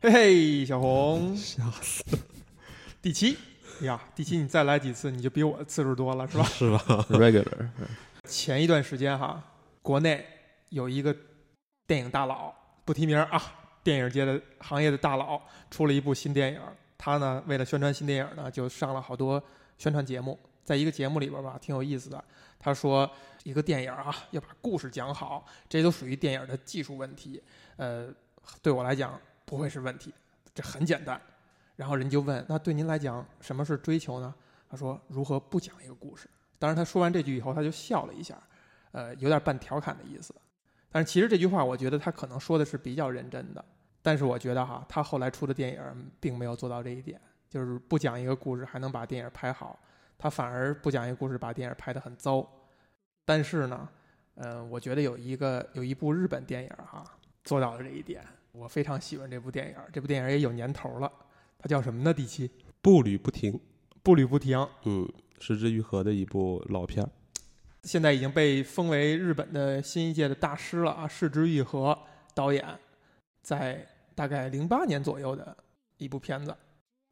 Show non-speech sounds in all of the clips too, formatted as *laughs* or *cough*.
嘿嘿，小红，吓死，第七哎呀，第七你再来几次你就比我次数多了是吧？是 *laughs* 吧？ regular，嗯前一段时间哈，国内有一个电影大佬，不提名啊，电影界的行业的大佬出了一部新电影，他呢为了宣传新电影呢，就上了好多宣传节目，在一个节目里边吧，挺有意思的。他说一个电影啊，要把故事讲好，这都属于电影的技术问题，呃，对我来讲不会是问题，这很简单。然后人就问，那对您来讲什么是追求呢？他说如何不讲一个故事。当然，他说完这句以后，他就笑了一下，呃，有点半调侃的意思。但是其实这句话，我觉得他可能说的是比较认真的。但是我觉得哈，他后来出的电影并没有做到这一点，就是不讲一个故事还能把电影拍好，他反而不讲一个故事把电影拍得很糟。但是呢，嗯、我觉得有一个有一部日本电影哈做到了这一点，我非常喜欢这部电影，这部电影也有年头了，它叫什么呢？第七， *laughs* 步履不停，步履不停。嗯，石之愈合的一部老片儿。现在已经被封为日本的新一届的大师了啊，市之愈和导演，在大概零八年左右的一部片子，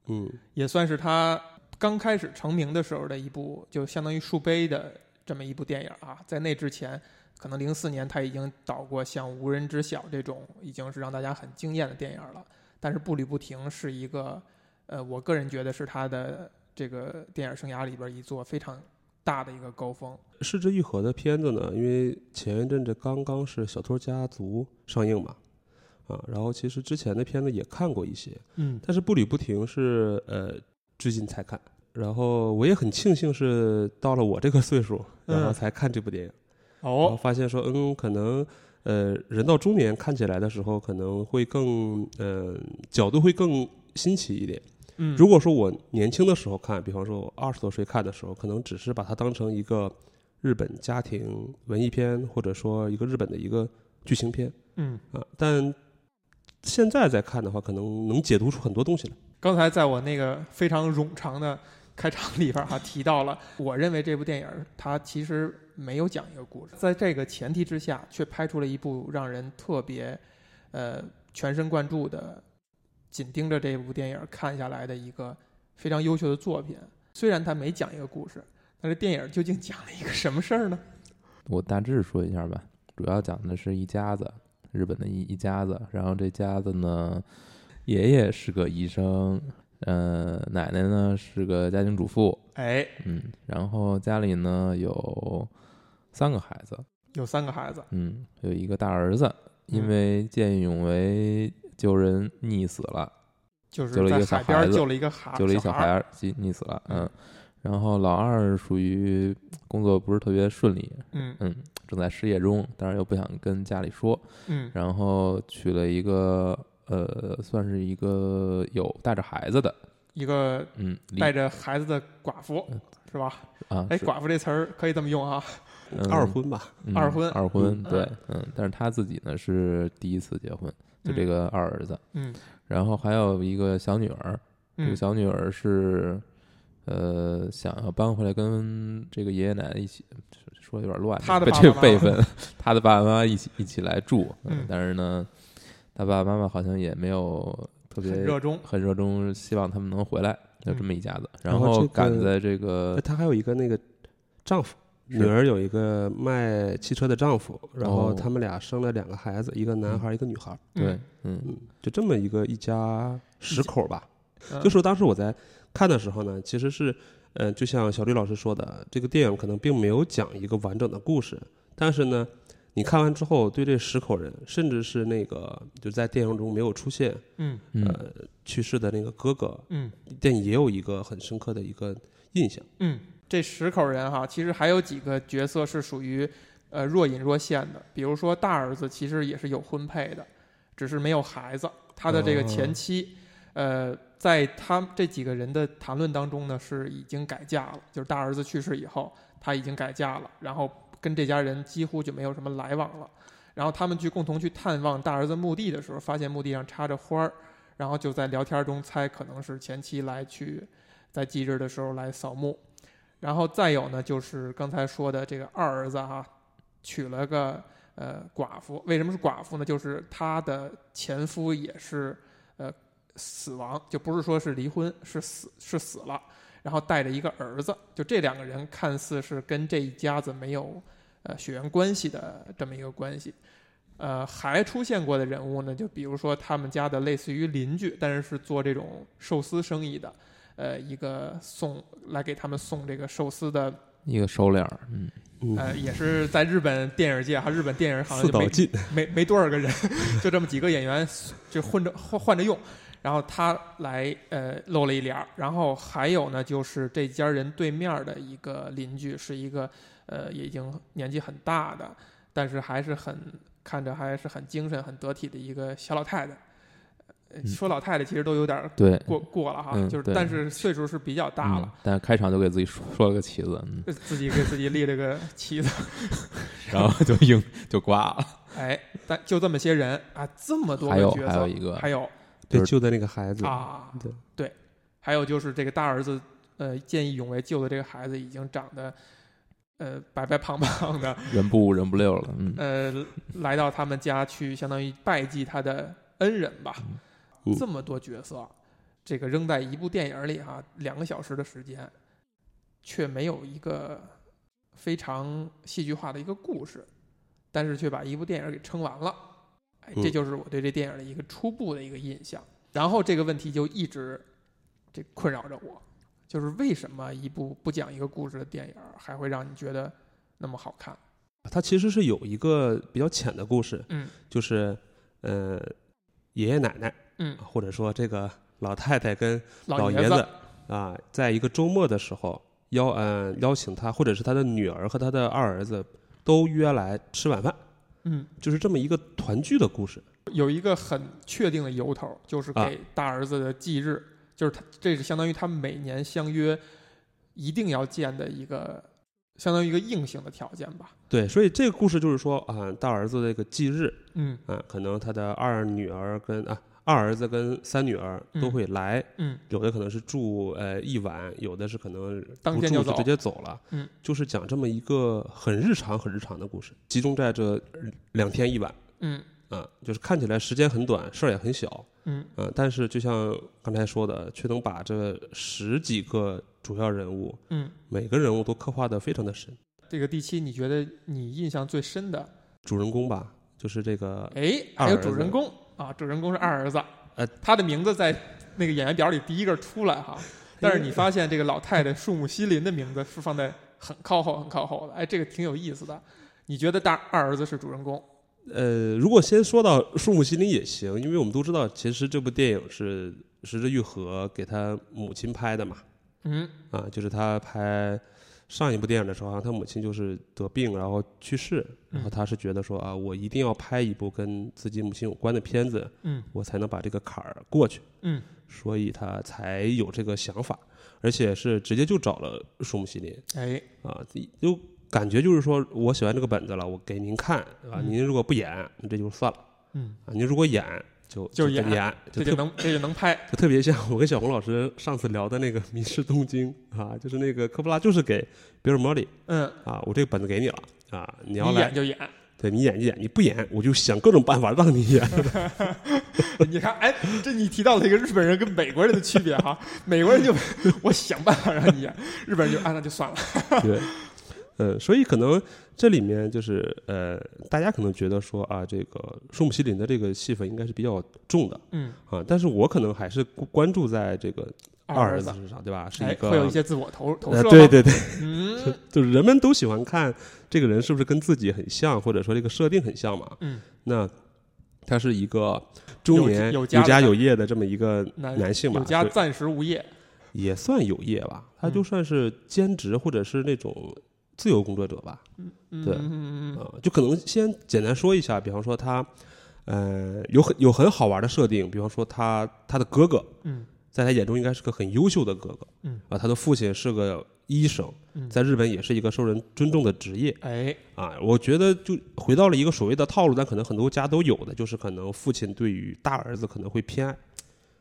嗯，也算是他刚开始成名的时候的一部，就相当于树碑的这么一部电影啊。在那之前，可能零四年他已经导过像《无人知晓》这种已经是让大家很惊艳的电影了，但是《步履不停》是一个，呃，我个人觉得是他的这个电影生涯里边一座非常大的一个高峰。失之愈合的片子呢，因为前一阵子刚刚是《小偷家族》上映嘛，啊，然后其实之前的片子也看过一些，嗯但是步履不停是呃最近才看，然后我也很庆幸是到了我这个岁数，嗯然后才看这部电影，然后哦，发现说，嗯，可能呃人到中年看起来的时候，可能会更呃角度会更新奇一点。嗯，如果说我年轻的时候看，比方说我二十多岁看的时候，可能只是把它当成一个日本家庭文艺片，或者说一个日本的一个剧情片嗯，啊。但现在再看的话，可能能解读出很多东西来。刚才在我那个非常冗长的开场里边儿哈、提到了， *laughs* 我认为这部电影儿它其实没有讲一个故事，在这个前提之下，却拍出了一部让人特别呃全神贯注的紧盯着这部电影儿看下来的一个非常优秀的作品。虽然它没讲一个故事，但是电影儿究竟讲了一个什么事儿呢？我大致说一下吧，主要讲的是一家子，日本的一一家子。然后这家子呢，爷爷是个医生，呃，奶奶呢是个家庭主妇，哎，嗯，然后家里呢有三个孩子，有三个孩子，嗯，有一个大儿子，因嗯为见义勇为救人溺死了，就是救了一在个小海边儿孩子救了一个孩，救了一小孩孩儿，儿，溺溺死了，嗯嗯。然后老二属于工作不是特别顺利，嗯嗯，正在失业中，但是又不想跟家里说，嗯然后娶了一个呃，算是一个有带着孩子的，一个嗯，离带着孩子的寡妇嗯是吧？啊，哎，是寡妇这词儿可以这么用啊。嗯二婚吧，嗯二婚二婚，嗯对，嗯，但是他自己呢是第一次结婚，就这个二儿子，嗯，然后还有一个小女儿，这嗯个小女儿是呃想要搬回来跟这个爷爷奶奶一起，说有点乱，她的被爸这爸妈辈妈分， *laughs* 他的爸爸妈妈一起一起来住，嗯但是呢，他爸爸妈妈好像也没有特别很热衷。很热衷，希望他们能回来，就嗯这么一家子。然后后这个赶在这个那他哎还有一个那个丈夫。嗯是女儿有一个卖汽车的丈夫，然后哦他们俩生了两个孩子，一个男孩儿，一个女孩儿。对，嗯嗯，就这么一个一家十口吧。嗯就说当时我在看的时候呢，其实是，呃，就像小吕老师说的，这个电影可能并没有讲一个完整的故事，但是呢，你看完之后，对这十口人，甚至是那个就在电影中没有出现嗯嗯呃去世的那个哥哥，嗯电影也有一个很深刻的一个印象。嗯，这十口人哈，其实还有几个角色是属于呃若隐若现的，比如说大儿子其实也是有婚配的，只是没有孩子。他的这个前妻，呃，在他这几个人的谈论当中呢，是已经改嫁了，就是大儿子去世以后，他已经改嫁了，然后跟这家人几乎就没有什么来往了。然后他们去共同去探望大儿子墓地的时候，发现墓地上插着花儿，然后就在聊天中猜可能是前妻来去在忌日的时候来扫墓。然后再有呢，就是刚才说的这个二儿子哈、娶了个呃寡妇。为什么是寡妇呢？就是她的前夫也是呃死亡，就不是说是离婚，是死是死了，然后带着一个儿子，就这两个人看似是跟这一家子没有呃血缘关系的这么一个关系。呃，还出现过的人物呢，就比如说他们家的类似于邻居，但是是做这种寿司生意的，呃，一个送来给他们送这个寿司的，一个收敛儿，嗯，嗯，呃，也是在日本电影界哈，日本电影行四业岛没进，没没多少个人， *laughs* 就这么几个演员就混着换换着用，然后他来呃露了一脸儿，然后还有呢就是这家人对面儿的一个邻居是一个呃也已经年纪很大的，但是还是很看着还是很精神很得体的一个小老太太，呃嗯说老太太其实都有点儿对，过过了哈，嗯就是对但是岁数是比较大了嗯。，但是开场就给自己说说了个旗子， *laughs* 嗯，自己给自己立了个旗 *laughs* 子，然后就硬就挂了。哎，但就这么些人啊，这么多还个有角色，还有一个还有被就是救的那个孩子，啊，对还有就是这个大儿子，呃，见义勇为救的这个孩子已经长得，呃，白白胖胖的，人不五人不六了，嗯，呃，来到他们家去，相当于拜祭他的恩人吧嗯。嗯这么多角色，这个扔在一部电影里哈、两个小时的时间，却没有一个非常戏剧化的一个故事，但是却把一部电影给撑完了。哎，嗯这就是我对这电影的一个初步的一个印象。然后这个问题就一直这困扰着我，就是为什么一部不讲一个故事的电影还会让你觉得那么好看？它其实是有一个比较浅的故事，嗯就是呃，爷爷奶奶，嗯，或者说这个老太太跟老爷子啊，在一个周末的时候邀呃邀请他，或者是他的女儿和他的二儿子都约来吃晚饭，嗯，就是这么一个团聚的故事。有一个很确定的由头，就是啊给大儿子的忌日，就是他这是相当于他们每年相约一定要见的一个，相当于一个硬性的条件吧。对，所以这个故事就是说啊，大儿子这个忌日嗯啊，可能他的二女儿跟啊二儿子跟三女儿都会来，嗯有的可能是住呃一晚，有的是可能不当天住就就走直接走了。嗯，就是讲这么一个很日常、很日常的故事，集中在这两天一晚嗯啊，就是看起来时间很短，事儿也很小，嗯啊，但是就像刚才说的，却能把这十几个主要人物，嗯。每个人物都刻画的非常的深。这个第七，你觉得你印象最深的？主人公吧，就是这个哎，呃二还有儿主子人公啊，主人公是二儿子，呃，他的名字在那个演员表里第一个出来哈， *laughs* 但是哎你发现这个老太太树木希林的名字是放在很靠后、很靠后的，哎，这个挺有意思的。你觉得大二儿子是主人公？呃，如果先说到《树木心灵》也行，因为我们都知道，其实这部电影是石之愈合给他母亲拍的嘛，嗯啊，就是他拍上一部电影的时候，好像他母亲就是得病，然后去世，然后嗯他是觉得说啊，我一定要拍一部跟自己母亲有关的片子，嗯我才能把这个坎儿过去，嗯所以他才有这个想法，而且是直接就找了树木希林哎，啊，就感觉就是说我写完这个本子了，我给您看啊，嗯您如果不演，那这就算了嗯，啊，您如果演就就演演 *laughs* 演，就这就特能这就能拍，就特别像我跟小红老师上次聊的那个《迷失东京》啊，就是那个科布拉就是给比尔莫里嗯，啊，我这个本子给你了啊，你你要来演，就演。对你演一演，你不演我就想各种办法让你演。你看，哎，这你提到了一个日本人跟美国人的区别哈，美国人就我想办法让你演，日本人就啊那就算了。 *laughs* 对，呃，所以可能这里面就是呃，大家可能觉得说啊，这个树木希林的这个戏份应该是比较重的嗯，啊，但是我可能还是关关注在这个二儿儿子身上，对吧？是一哎，个、会有一些自我投投呃射、吗？对对对，嗯 *laughs* 就是人们都喜欢看这个人是不是跟自己很像，或者说这个设定很像嘛。嗯，那他是一个中年有有家有的家有业的这么一个男男性吧，有家对暂时无业，也算有业吧，他嗯就算是兼职或者是那种自由工作者吧。对嗯啊、就可能先简单说一下，比方说他，呃，有很有很好玩的设定，比方说他他的哥哥嗯在他眼中应该是个很优秀的哥哥，嗯啊，他的父亲是个医生，嗯，在日本也是一个受人尊重的职业。哎，啊，我觉得就回到了一个所谓的套路，但可能很多家都有的，就是可能父亲对于大儿子可能会偏爱，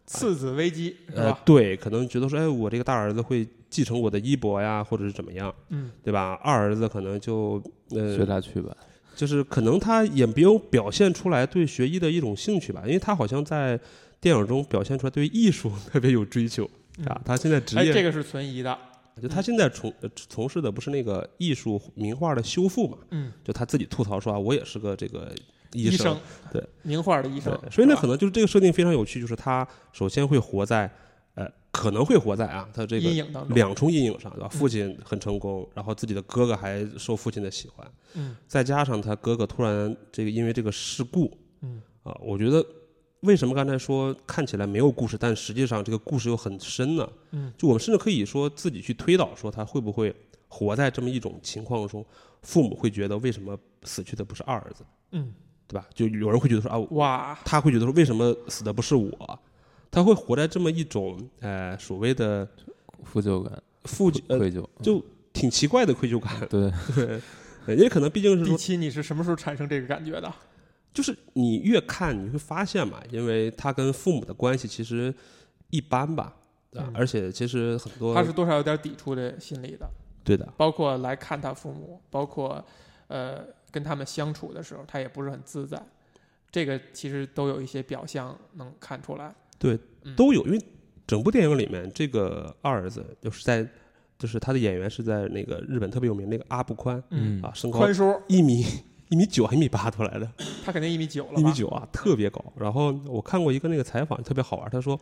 次子危机是呃吧？，对，可能觉得说，哎，我这个大儿子会继承我的衣钵呀，或者是怎么样，嗯对吧？二儿子可能就呃学他去吧，就是可能他也没有表现出来对学医的一种兴趣吧，因为他好像在电影中表现出来对艺术 *laughs* 特别有追求啊。他现在职哎，业，这个是存疑的。就他现在从呃从事的不是那个艺术名画的修复嘛，嗯，就他自己吐槽说啊，我也是个这个医医生，对，名画的医生对，，所以呢，是吧可能就是这个设定非常有趣，就是他首先会活在，呃，可能会活在啊，他这阴个影当中，两重阴影上，对吧？父亲很成功，然后自己的哥哥还受父亲的喜欢，嗯再加上他哥哥突然这个因为这个事故嗯啊、我觉得为什么刚才说看起来没有故事，但实际上这个故事又很深呢？嗯，就我们甚至可以说自己去推导，说他会不会活在这么一种情况中，父母会觉得为什么死去的不是二儿子，嗯，对吧？就有人会觉得说啊，哇，他会觉得说为什么死的不是我？他会活在这么一种呃所谓的负疚感、负疚呃愧疚，就挺奇怪的愧疚感， *laughs* 对，对，呃也可能毕竟是第说，七你是什么时候产生这个感觉的？就是你越看你会发现嘛，因为他跟父母的关系其实一般吧，啊嗯而且其实很多他是多少有点抵触这心理的，对的，包括来看他父母，包括呃跟他们相处的时候，他也不是很自在。这个其实都有一些表象能看出来。对嗯，都有，因为整部电影里面这个二儿子就是在就是他的演员是在那个日本特别有名那个阿部宽嗯啊，身高宽叔一米一米九还一米八出来的。他肯定一米九了吧？嗯一米九啊，特别高。然后我看过一个那个采访，特别好玩。他说，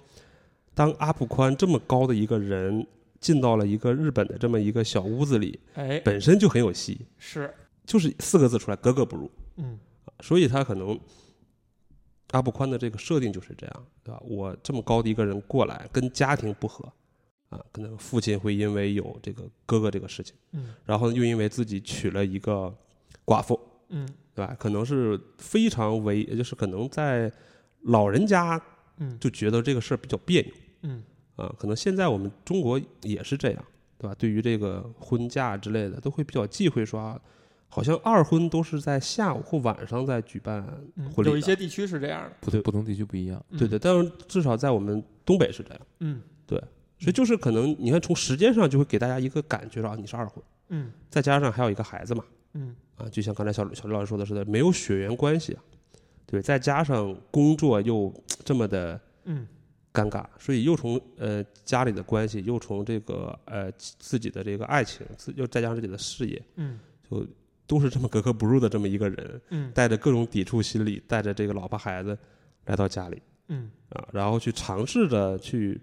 当阿普宽这么高的一个人进到了一个日本的这么一个小屋子里，哎，本身就很有戏，是，就是四个字出来，格格不入。嗯所以他可能阿布宽的这个设定就是这样，对吧？我这么高的一个人过来，跟家庭不合啊，可能父亲会因为有这个哥哥这个事情，嗯然后又因为自己娶了一个寡妇，嗯对吧？可能是非常唯，就是可能在老人家嗯就觉得这个事儿比较别扭嗯啊。可能现在我们中国也是这样，对吧？对于这个婚嫁之类的，都会比较忌讳说，啊好像二婚都是在下午或晚上在举办嗯，婚礼的。有一些地区是这样的。不对不同地区不一样，嗯对对，，但是至少在我们东北是这样，嗯所以就是可能你看从时间上就会给大家一个感觉说啊你是二婚，嗯再加上还有一个孩子嘛，嗯啊，就像刚才小小刘老师说的似的，没有血缘关系啊，对，再加上工作又这么的嗯尴尬，所以又从呃家里的关系，又从这个呃自己的这个爱情，自又再加上自己的事业，嗯就都是这么格格不入的这么一个人，嗯带着各种抵触心理，带着这个老婆孩子来到家里嗯啊，然后去尝试着去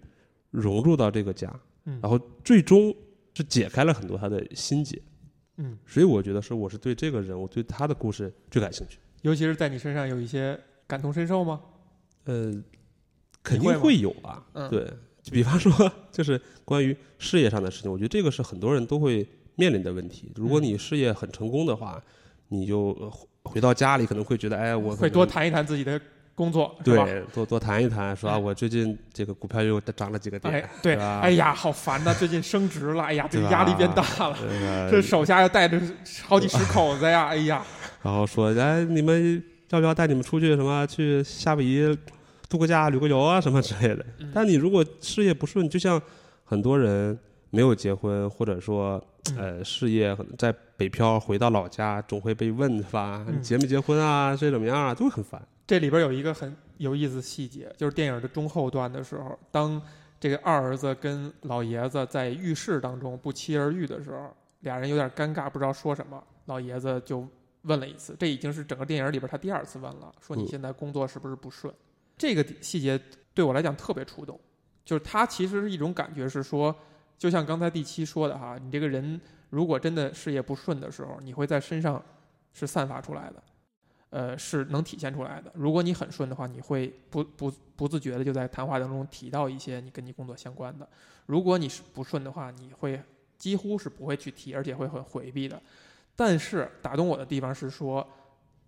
融入到这个家，嗯然后最终是解开了很多他的心结，嗯，所以我觉得是我是对这个人，我对他的故事最感兴趣。尤其是在你身上有一些感同身受吗？呃，肯会定吗会有啊。嗯对，就比方说，就是关于事业上的事情，我觉得这个是很多人都会面临的问题。如果嗯你事业很成功的话，你就呃回回到家里可能会觉得，哎，我可会能多谈一谈自己的工作，是吧？哎对多多谈一谈，说啊，我最近这个股票又涨了几个点哎，，对，是吧哎呀，好烦呐！最近升职了，哎呀，这对个吧压力变大了，呃这手下又带着好几十口子呀，哎呀，然后说，哎，你们要不要带你们出去什么去夏威夷度个假、旅个游啊什么之类的嗯？但你如果事业不顺，就像很多人没有结婚，或者说嗯呃事业可能在北漂回到老家，总会被问是吧？嗯你结没结婚啊？这怎么样啊？就会很烦。这里边有一个很有意思的细节，就是电影的中后段的时候，当这个二儿子跟老爷子在浴室当中不期而遇的时候，俩人有点尴尬，不知道说什么。老爷子就问了一次，这已经是整个电影里边他第二次问了，说你嗯现在工作是不是不顺？这个细节对我来讲特别触动，就是他其实是一种感觉是说，就像刚才第七说的哈，你这个人如果真的事业不顺的时候，你会在身上是散发出来的。呃，是能体现出来的。如果你很顺的话，你会不不不自觉的就在谈话当中提到一些你跟你工作相关的。如果你是不顺的话，你会几乎是不会去提，而且会很回避的。但是打动我的地方是说，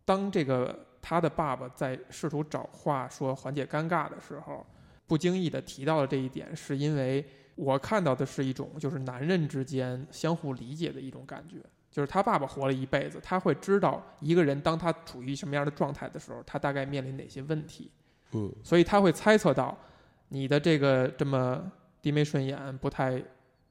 当这个他的爸爸在试图找话说缓解尴尬的时候，不经意的提到了这一点，是因为我看到的是一种就是男人之间相互理解的一种感觉。就是他爸爸活了一辈子，他会知道一个人当他处于什么样的状态的时候，他大概面临哪些问题，嗯，所以他会猜测到你的这个这么低眉顺眼、不太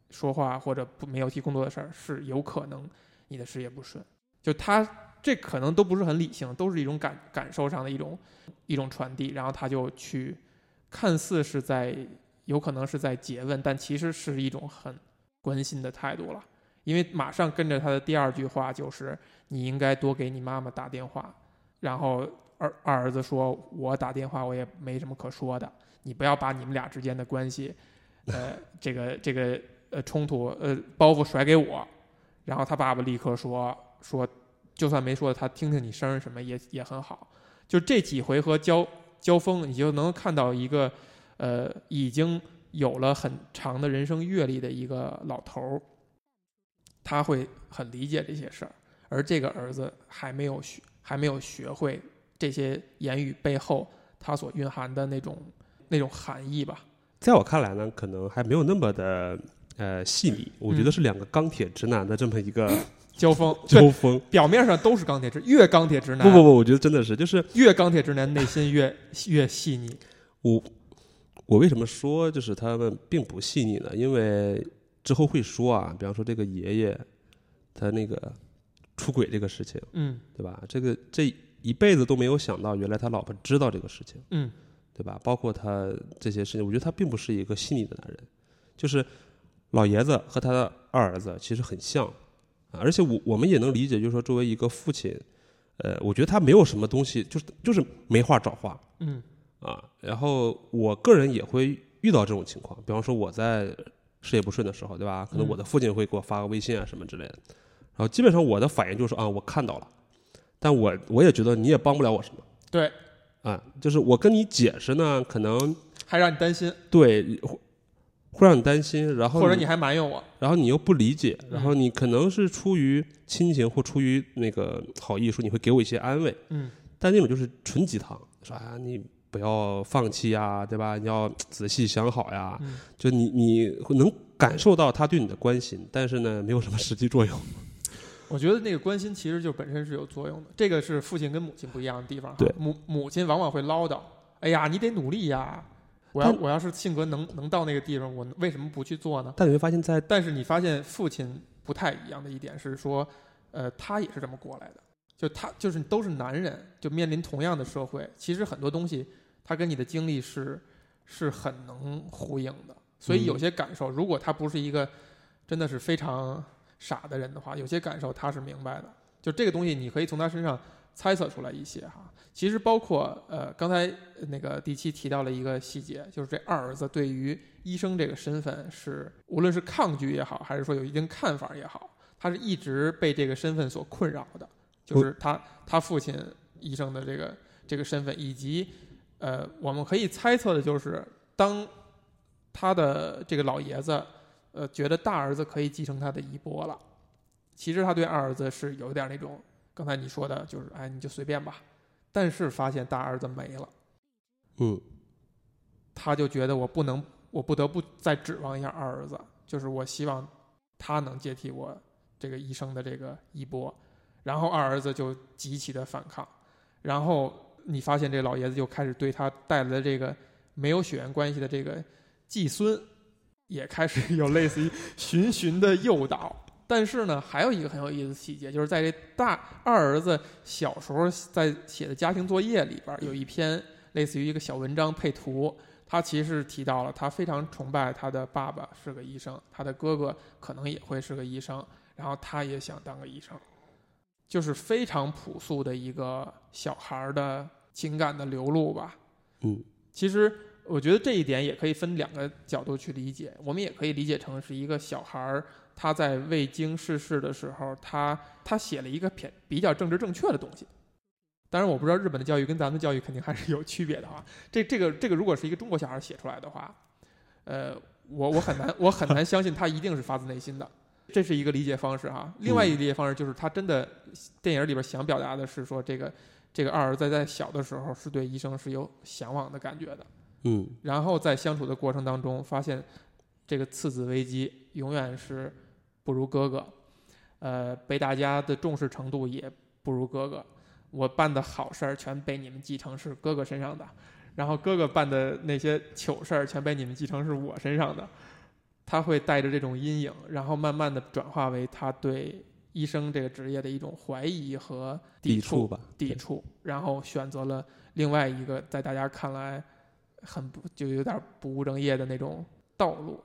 说话或者不没有提工作的事儿，是有可能你的事业不顺。就他这可能都不是很理性，都是一种感感受上的一种一种传递。然后他就去，看似是在有可能是在诘问，但其实是一种很关心的态度了。因为马上跟着他的第二句话就是：“你应该多给你妈妈打电话。”然后二二儿子说：“我打电话我也没什么可说的，你不要把你们俩之间的关系，呃，这个这个呃冲突呃包袱甩给我。”然后他爸爸立刻说：“说就算没说他听听你声儿什么也也很好。”就这几回合交交锋，你就能看到一个呃已经有了很长的人生阅历的一个老头儿，他会很理解这些事儿，而这个儿子还没有学，还没有学会这些言语背后他所蕴含的那种那种含义吧。在我看来呢，可能还没有那么的呃细腻。我嗯觉得是两个钢铁直男的这么一个交锋， *laughs* 纠对，纷。表面上都是钢铁直，越钢铁直男，不不不，我觉得真的是，就是越钢铁直男内心越越细腻。我为什么说就是他们并不细腻呢？因为之后会说啊，比方说这个爷爷他那个出轨这个事情，嗯对吧？这个这一辈子都没有想到，原来他老婆知道这个事情。嗯对吧？包括他这些事情，我觉得他并不是一个细腻的男人，就是老爷子和他的二儿子其实很像啊。而且我我们也能理解，就是说作为一个父亲，呃，我觉得他没有什么东西，就是就是没话找话嗯啊。然后我个人也会遇到这种情况，比方说我在事业不顺的时候，对吧？可能嗯我的父亲会给我发个微信啊什么之类的，然后基本上我的反应就是啊，我看到了，但我我也觉得你也帮不了我什么。对，啊，就是我跟你解释呢，可能还让你担心，对，会会让你担心，然后或者你还埋怨我。然后你又不理解，嗯然后你可能是出于亲情或出于那个好意，说你会给我一些安慰，嗯，但那种就是纯鸡汤，说啊你不要放弃呀，对吧？你要仔细想好呀，嗯就你你会能感受到他对你的关心，但是呢，没有什么实际 *laughs* 作用。我觉得那个关心其实就本身是有作用的，这个是父亲跟母亲不一样的地方哈。对母母亲往往会唠叨：“哎呀，你得努力呀！我要我要是性格能能到那个地方，我为什么不去做呢但你会发现在，？”但是你发现父亲不太一样的一点是说，呃，他也是这么过来的，就他就是都是男人，就面临同样的社会，其实很多东西他跟你的经历是是很能呼应的，所以有些感受，如果他不是一个真的是非常傻的人的话，有些感受他是明白的。就这个东西，你可以从他身上猜测出来一些哈。其实包括呃，刚才呃那个第七提到了一个细节，就是这二儿子对于医生这个身份是，无论是抗拒也好，还是说有一定看法也好，他是一直被这个身份所困扰的。就是他他父亲医生的这个这个身份，以及呃，我们可以猜测的就是，当他的这个老爷子呃觉得大儿子可以继承他的衣钵了，其实他对二儿子是有点那种刚才你说的，就是哎你就随便吧，但是发现大儿子没了，嗯，他就觉得我不能，我不得不再指望一下二儿子，就是我希望他能接替我这个医生的这个衣钵。然后二儿子就极其的反抗，然后你发现这老爷子就开始对他带来的这个没有血缘关系的这个继孙，也开始有类似于循循的诱导。但是呢，还有一个很有意思的细节，就是在这大二儿子小时候在写的家庭作业里边儿，有一篇类似于一个小文章配图，他其实提到了他非常崇拜他的爸爸是个医生，他的哥哥可能也会是个医生，然后他也想当个医生，就是非常朴素的一个小孩儿的情感的流露吧。嗯，其实我觉得这一点也可以分两个角度去理解，我们也可以理解成是一个小孩儿他在未经世事的时候，他他写了一个偏比较政治正确的东西。当然，我不知道日本的教育跟咱们的教育肯定还是有区别的哈。这这个这个，如果是一个中国小孩写出来的话，呃，我我很难我很难相信他一定是发自内心的。这是一个理解方式哈。另外一个理解方式就是，他真的电影里边想表达的是说，这个这个二儿子在小的时候是对医生是有向往的感觉的。嗯，然后在相处的过程当中，发现这个次子危机永远是不如哥哥，呃，被大家的重视程度也不如哥哥。我办的好事儿全被你们继承是哥哥身上的，然后哥哥办的那些糗事儿全被你们继承是我身上的。他会带着这种阴影，然后慢慢的转化为他对医生这个职业的一种怀疑和抵抵触吧，抵对触，然后选择了另外一个在大家看来很不就有点不务正业的那种道路。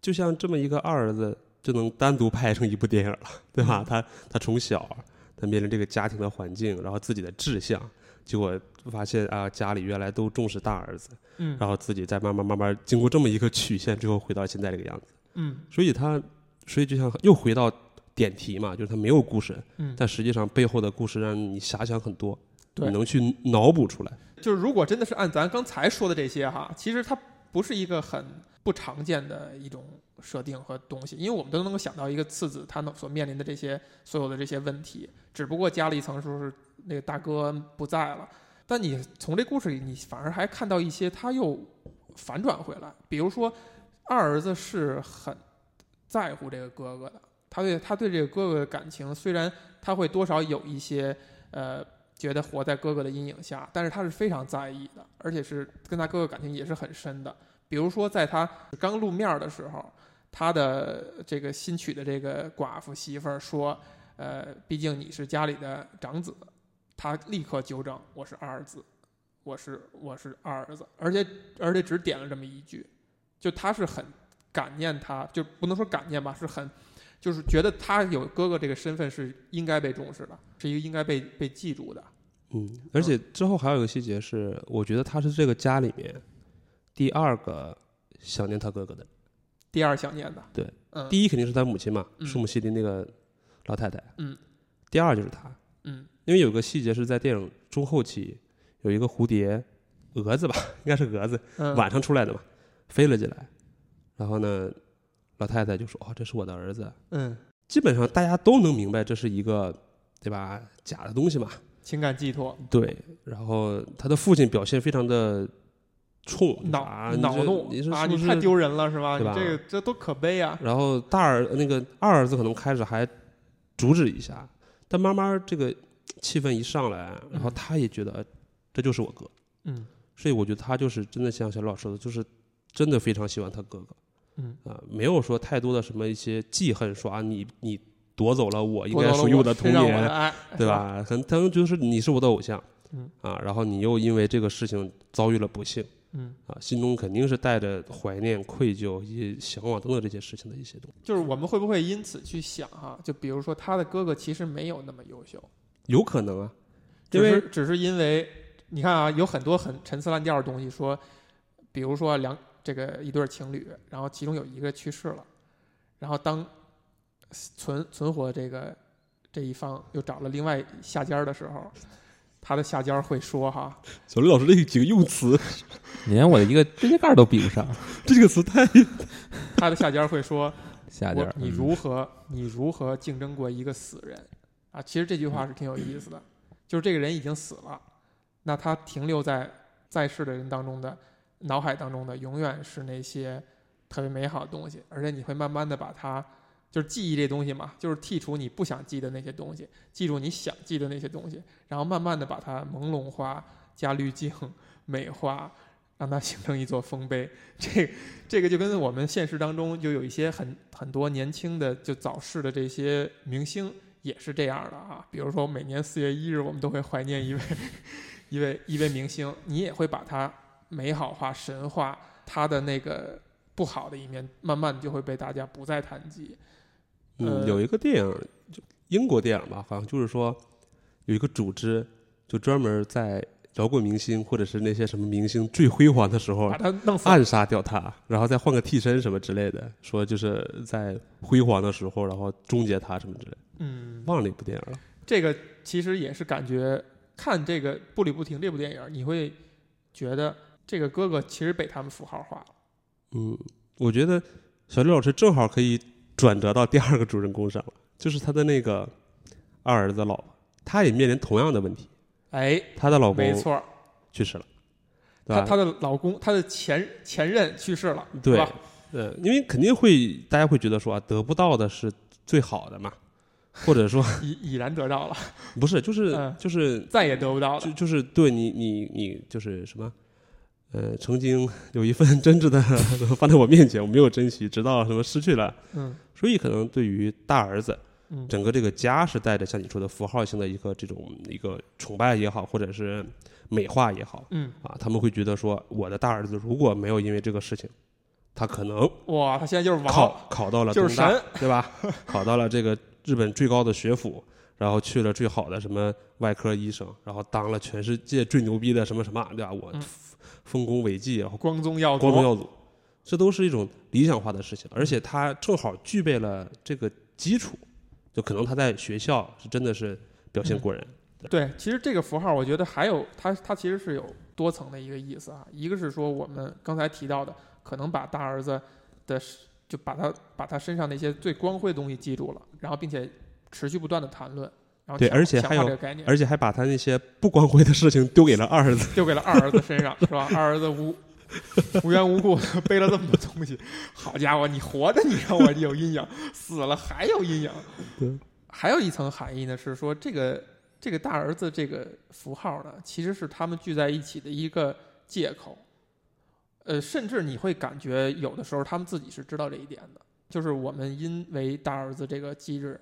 就像这么一个二儿子就能单独拍成一部电影了， *laughs* 对嗯吧？他他从小他面临这个家庭的环境，然后自己的志向，结果发现啊，家里原来都重视大儿子，嗯然后自己再慢慢慢慢经过这么一个曲线，最后回到现在这个样子。嗯所以他，所以就像又回到点题嘛，就是他没有故事，嗯，但实际上背后的故事让你遐想很多，对你能去脑补出来。就是如果真的是按咱刚才说的这些哈，其实它不是一个很不常见的一种设定和东西，因为我们都能够想到一个次子他能所面临的这些所有的这些问题，只不过加了一层说是那个大哥不在了。但你从这故事里，你反而还看到一些他又反转回来，比如说二儿子是很在乎这个哥哥的，他对他对这个哥哥的感情，虽然他会多少有一些呃觉得活在哥哥的阴影下，但是他是非常在意的，而且是跟他哥哥感情也是很深的。比如说，在他刚露面儿的时候，他的这个新娶的这个寡妇媳妇儿说：“呃，毕竟你是家里的长子。”他立刻纠正：“我是二儿子，我是我是二儿子。”而且而且只点了这么一句，就他是很感念他，就不能说感念吧，是很就是觉得他有哥哥这个身份是应该被重视的，是一个应该被被记住的。嗯，而且之后还有一个细节是，我觉得他是这个家里面第二个想念他哥哥的人。第二想念的，对，嗯，第一肯定是他母亲嘛，嗯树木希林那个老太太。嗯。第二就是他，嗯因为有个细节是在电影中后期，有一个蝴蝶，蛾子吧，应该是蛾子，嗯晚上出来的嘛，飞了进来，然后呢，老太太就说：“哦，这是我的儿子。嗯”基本上大家都能明白这是一个，对吧？假的东西嘛。情感寄托，对。然后他的父亲表现非常的冲恼啊，你恼这怒你是啊，是不你是太丢人了是吧？对你吧这个这多可悲啊！然后大儿那个二儿子可能开始还阻止一下，但慢慢这个气氛一上来，然后嗯他也觉得、呃这就是我哥，嗯所以我觉得他就是真的像小老师说的，就是真的非常喜欢他哥哥嗯，啊、没有说太多的什么一些记恨，说啊你你夺走了我应夺走该了属于我的身童上我年的，爱，对是？吧？可能他们就是你是我的偶像，嗯啊，然后你又因为这个事情遭遇了不幸嗯，啊，心中肯定是带着怀念、愧疚以及向往等等这些事情的一些东西。就是我们会不会因此去想哈？就比如说他的哥哥其实没有那么优秀，有可能啊，只因为是只是因为你看啊，有很多很陈词滥调的东西说，比如说两这个一对儿情侣，然后其中有一个去世了，然后当存存活这个这一方又找了另外下家儿的时候，他的下家儿会说哈，小刘老师这几个用词， *laughs* 你连我的一个指甲盖儿都比不上，这个词太……他的下家儿会说，下家我儿你嗯如何你如何竞争过一个死人啊？其实这句话是挺有意思的，就是这个人已经死了，那他停留在在世的人当中的脑海当中的永远是那些特别美好的东西，而且你会慢慢的把它就是记忆这东西嘛，就是剔除你不想记的那些东西，记住你想记的那些东西，然后慢慢的把它朦胧化、加滤镜、 *laughs* 美化。让它形成一座丰碑，这这个就跟我们现实当中就有一些很很多年轻的就早逝的这些明星也是这样的啊。比如说每年四月一日，我们都会怀念一位 *laughs* 一位一位明星，你也会把他美好化、神化，他的那个不好的一面，慢慢地就会被大家不再谈及。嗯，呃有一个电影，就英国电影吧，好像就是说有一个组织，就专门在摇滚明星或者是那些什么明星最辉煌的时候把他弄死，暗杀掉他，然后再换个替身什么之类的，说就是在辉煌的时候，然后终结他什么之类的。嗯，忘了那部电影了，这个其实也是感觉看这个《步履不停》这部电影，你会觉得这个哥哥其实被他们符号化了。嗯，我觉得小刘老师正好可以转折到第二个主人公上了，就是他的那个二儿子老婆，他也面临同样的问题。哎，她的老没公错儿，去世了，对她吧？她的老公，她的前前任去世了，是对吧？，呃，因为肯定会大家会觉得说啊，得不到的是最好的嘛，或者说 *laughs* 已已然得到了，不是，就是、嗯就是再也得不到就了。就是对你你你就是什么。呃，曾经有一份真挚的 *laughs* 放在我面前，我没有珍惜，直到什么失去了。嗯所以可能对于大儿子，嗯整个这个家是带着像你说的符号性的一个这种一个崇拜也好，或者是美化也好嗯，啊，他们会觉得说，我的大儿子如果没有因为这个事情，他可能哇，他现在就是王，考考到了就是东大神，对吧？考到了这个日本最高的学府，然后去了最好的什么外科医生，然后当了全世界最牛逼的什么什么，对吧？我嗯丰功伟绩，然后光宗耀光宗祖，耀祖，这都是一种理想化的事情，而且他正好具备了这个基础，就可能他在学校是真的是表现过人，对，其实这个符号，我觉得还有它，它其实是有多层的一个意思啊。一个是说我们刚才提到的，可能把大儿子的是，就把他把他身上那些最光辉的东西记住了，然后并且持续不断的谈论，然后对强而且强还化有这个概念而且还把他那些不光辉的事情丢给了二儿子。 *laughs* 丢给了二儿子身上，是吧？ *laughs* 二儿子无无缘无故地 *laughs* 背了这么多东西，好家伙，你活着你让我有阴影，死了还有阴影。对，还有一层含义呢，是说这个这个大儿子这个符号呢，其实是他们聚在一起的一个借口。呃，甚至你会感觉有的时候他们自己是知道这一点的，就是我们因为大儿子这个机制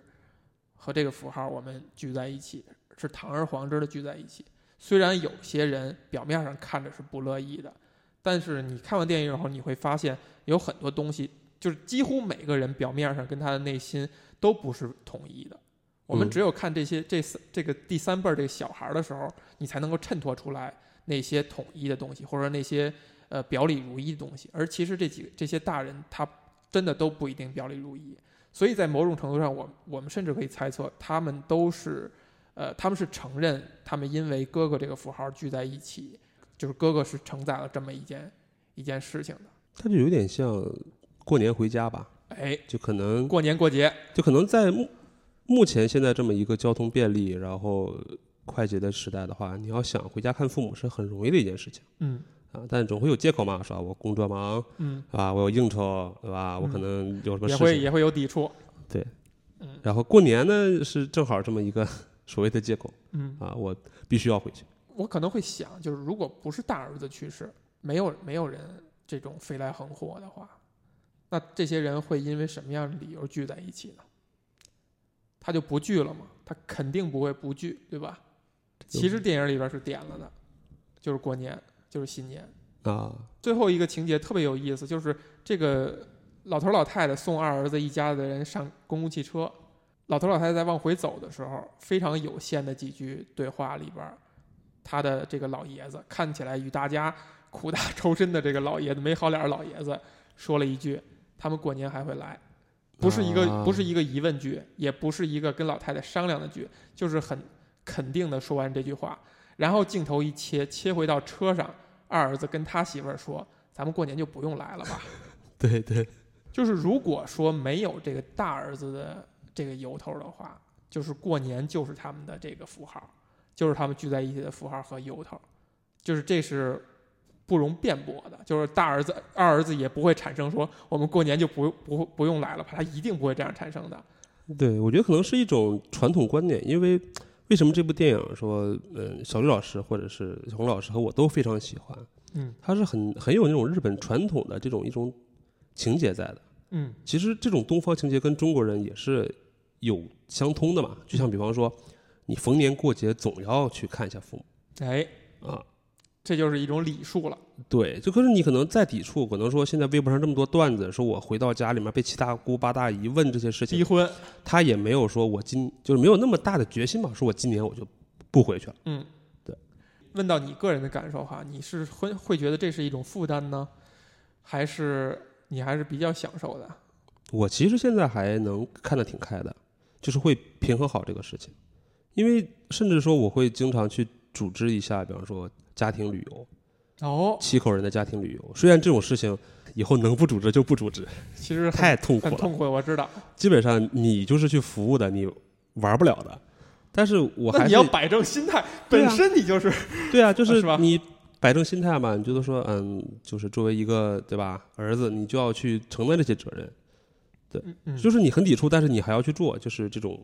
和这个符号，我们聚在一起是堂而皇之的聚在一起。虽然有些人表面上看着是不乐意的，但是你看完电影以后，你会发现有很多东西，就是几乎每个人表面上跟他的内心都不是统一的。我们嗯只有看这些这三这个第三辈儿这个小孩儿的时候，你才能够衬托出来那些统一的东西，或者那些呃表里如一的东西。而其实这几个这些大人，他真的都不一定表里如一。所以在某种程度上，我我们甚至可以猜测，他们都是，呃，他们是承认他们因为哥哥这个符号聚在一起，就是哥哥是承载了这么一件一件事情的。他就有点像过年回家吧，哎，就可能过年过节，就可能在目目前现在这么一个交通便利，然后快捷的时代的话，你要想回家看父母是很容易的一件事情嗯啊，但总会有借口嘛，是吧？我工作忙，嗯，对吧？我有应酬，对吧？我可能有什么也事会情。也会有抵触。对，嗯然后过年呢是正好这么一个 *laughs* 所谓的借口嗯，啊，我必须要回去。我可能会想，就是如果不是大儿子去世，没有没有人这种飞来横祸的话，那这些人会因为什么样的理由聚在一起呢？他就不聚了嘛，他肯定不会不聚，对吧？其实电影里边是点了的，就是过年，就是新年。啊，最后一个情节特别有意思，就是这个老头老太太送二儿子一家的人上公共汽车，老头老太太在往回走的时候，非常有限的几句对话里边，他的这个老爷子看起来与大家苦大仇深的这个老爷子没好脸儿老爷子说了一句：“他们过年还会来。”不是一个、啊不是一个疑问句，也不是一个跟老太太商量的句，就是很肯定的说完这句话，然后镜头一切切回到车上，二儿子跟他媳妇儿说：“咱们过年就不用来了吧。”对对，就是如果说没有这个大儿子的这个由头的话，就是过年就是他们的这个符号，就是他们聚在一起的符号和由头，就是这是不容辩驳的。就是大儿子、二儿子也不会产生说我们过年就不不不用来了吧，他一定不会这样产生的。对，我觉得可能是一种传统观念，因为为什么这部电影说，嗯，小刘老师或者是小红老师和我都非常喜欢，嗯它是很很有那种日本传统的这种一种情节在的。嗯其实这种东方情节跟中国人也是有相通的嘛，就像比方说，你逢年过节总要去看一下父哎，母啊，这就是一种礼数了。对，就可是你可能再抵触，可能说现在微博上这么多段子，说我回到家里面被七大姑八大姨问这些事逼情，婚，他也没有说我今就是没有那么大的决心吧，说我今年我就不回去了。嗯，对。问到你个人的感受哈，你是会会觉得这是一种负担呢，还是你还是比较享受的？我其实现在还能看得挺开的，就是会平衡好这个事情，因为甚至说我会经常去组织一下，比方说家庭旅游，哦，七口人的家庭旅游。虽然这种事情以后能不组织就不组织， *laughs* 其实很太痛苦很了。痛苦的，我知道。基本上你就是去服务的，你玩不了的。但是我那还你是要摆正心态，对啊本身你就是 *laughs* 对啊，就是是吧你摆正心态嘛，你觉得说，嗯，就是作为一个对吧儿子，你就要去承担这些责任。嗯嗯就是你很抵触，但是你还要去做，就是这种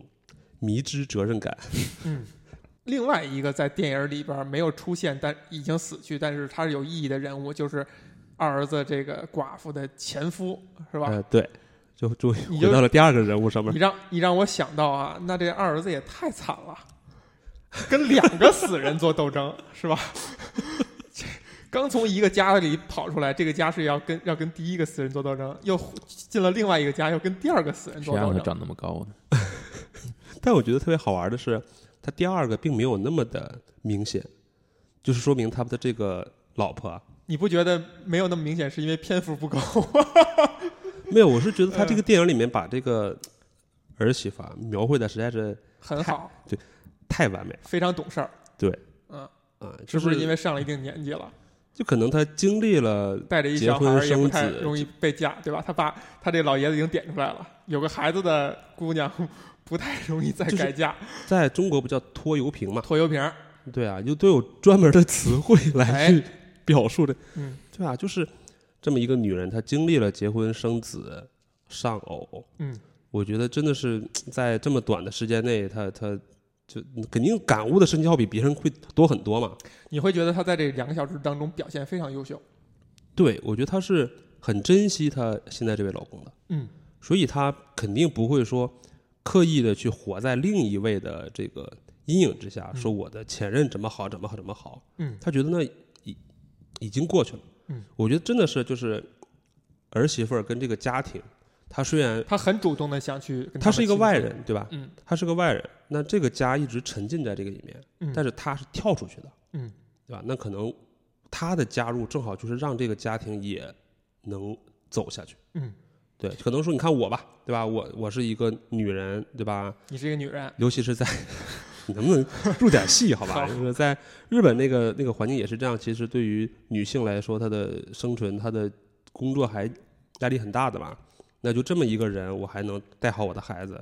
迷之责任感。嗯。另外一个在电影里边没有出现，但已经死去，但是他是有意义的人物，就是二儿子这个寡妇的前夫，是吧？呃，对，就终于你回就到了第二个人物上面你。让你让我想到啊，那这二儿子也太惨了，跟两个死人做斗争是吧？ *laughs* 刚从一个家里跑出来，这个家是要跟要跟第一个死人做斗争，又进了另外一个家，要跟第二个死人谁做让斗啊他争。长那么高呢？但我觉得特别好玩的是，他第二个并没有那么的明显，就是说明他的这个老婆啊你不觉得没有那么明显，是因为篇幅不够吗？没有。我是觉得他这个嗯电影里面把这个儿媳妇啊描绘的实在是很好，太完美非常懂事儿，啊，是就不是是因为上了一定年纪了，就可能他经历了带着一结小孩婚儿也不生太子，容易被嫁，对吧？他爸他这老爷子已经点出来了，有个孩子的姑娘不太容易再就是改嫁，在中国不叫拖油瓶嘛？拖油瓶儿。对啊，就都有专门的词汇来哎去表述的。嗯，对啊，就是这么一个女人，她经历了结婚、生子、丧偶。嗯，我觉得真的是在这么短的时间内，她她就肯定感悟的事情要比别人会多很多嘛。你会觉得他在这两个小时当中表现非常优秀。对，我觉得她是很珍惜她现在这位老公的。嗯，所以她肯定不会说刻意的去活在另一位的这个阴影之下，嗯说我的前任怎么好，怎么好，怎么好。嗯他觉得那已已经过去了。嗯，我觉得真的是就是儿媳妇儿跟这个家庭，她虽然他很主动的想去跟她他是一个外人，对吧？们亲嗯近，她是个外人，那这个家一直沉浸在这个里面，嗯嗯，但是是她是跳出去的，嗯，对吧？那可能她的加入正好就是让这个家庭也能走下去。嗯，对，可能说你看我吧，对吧？我我是一个女人，对吧？你是一个女人，尤其是在 *laughs* 你能不能入点戏，好吧？好就是在日本那个那个环境也是这样，其实对于女性来说，她的生存、她的工作还压力很大的吧？那就这么一个人，我还能带好我的孩子，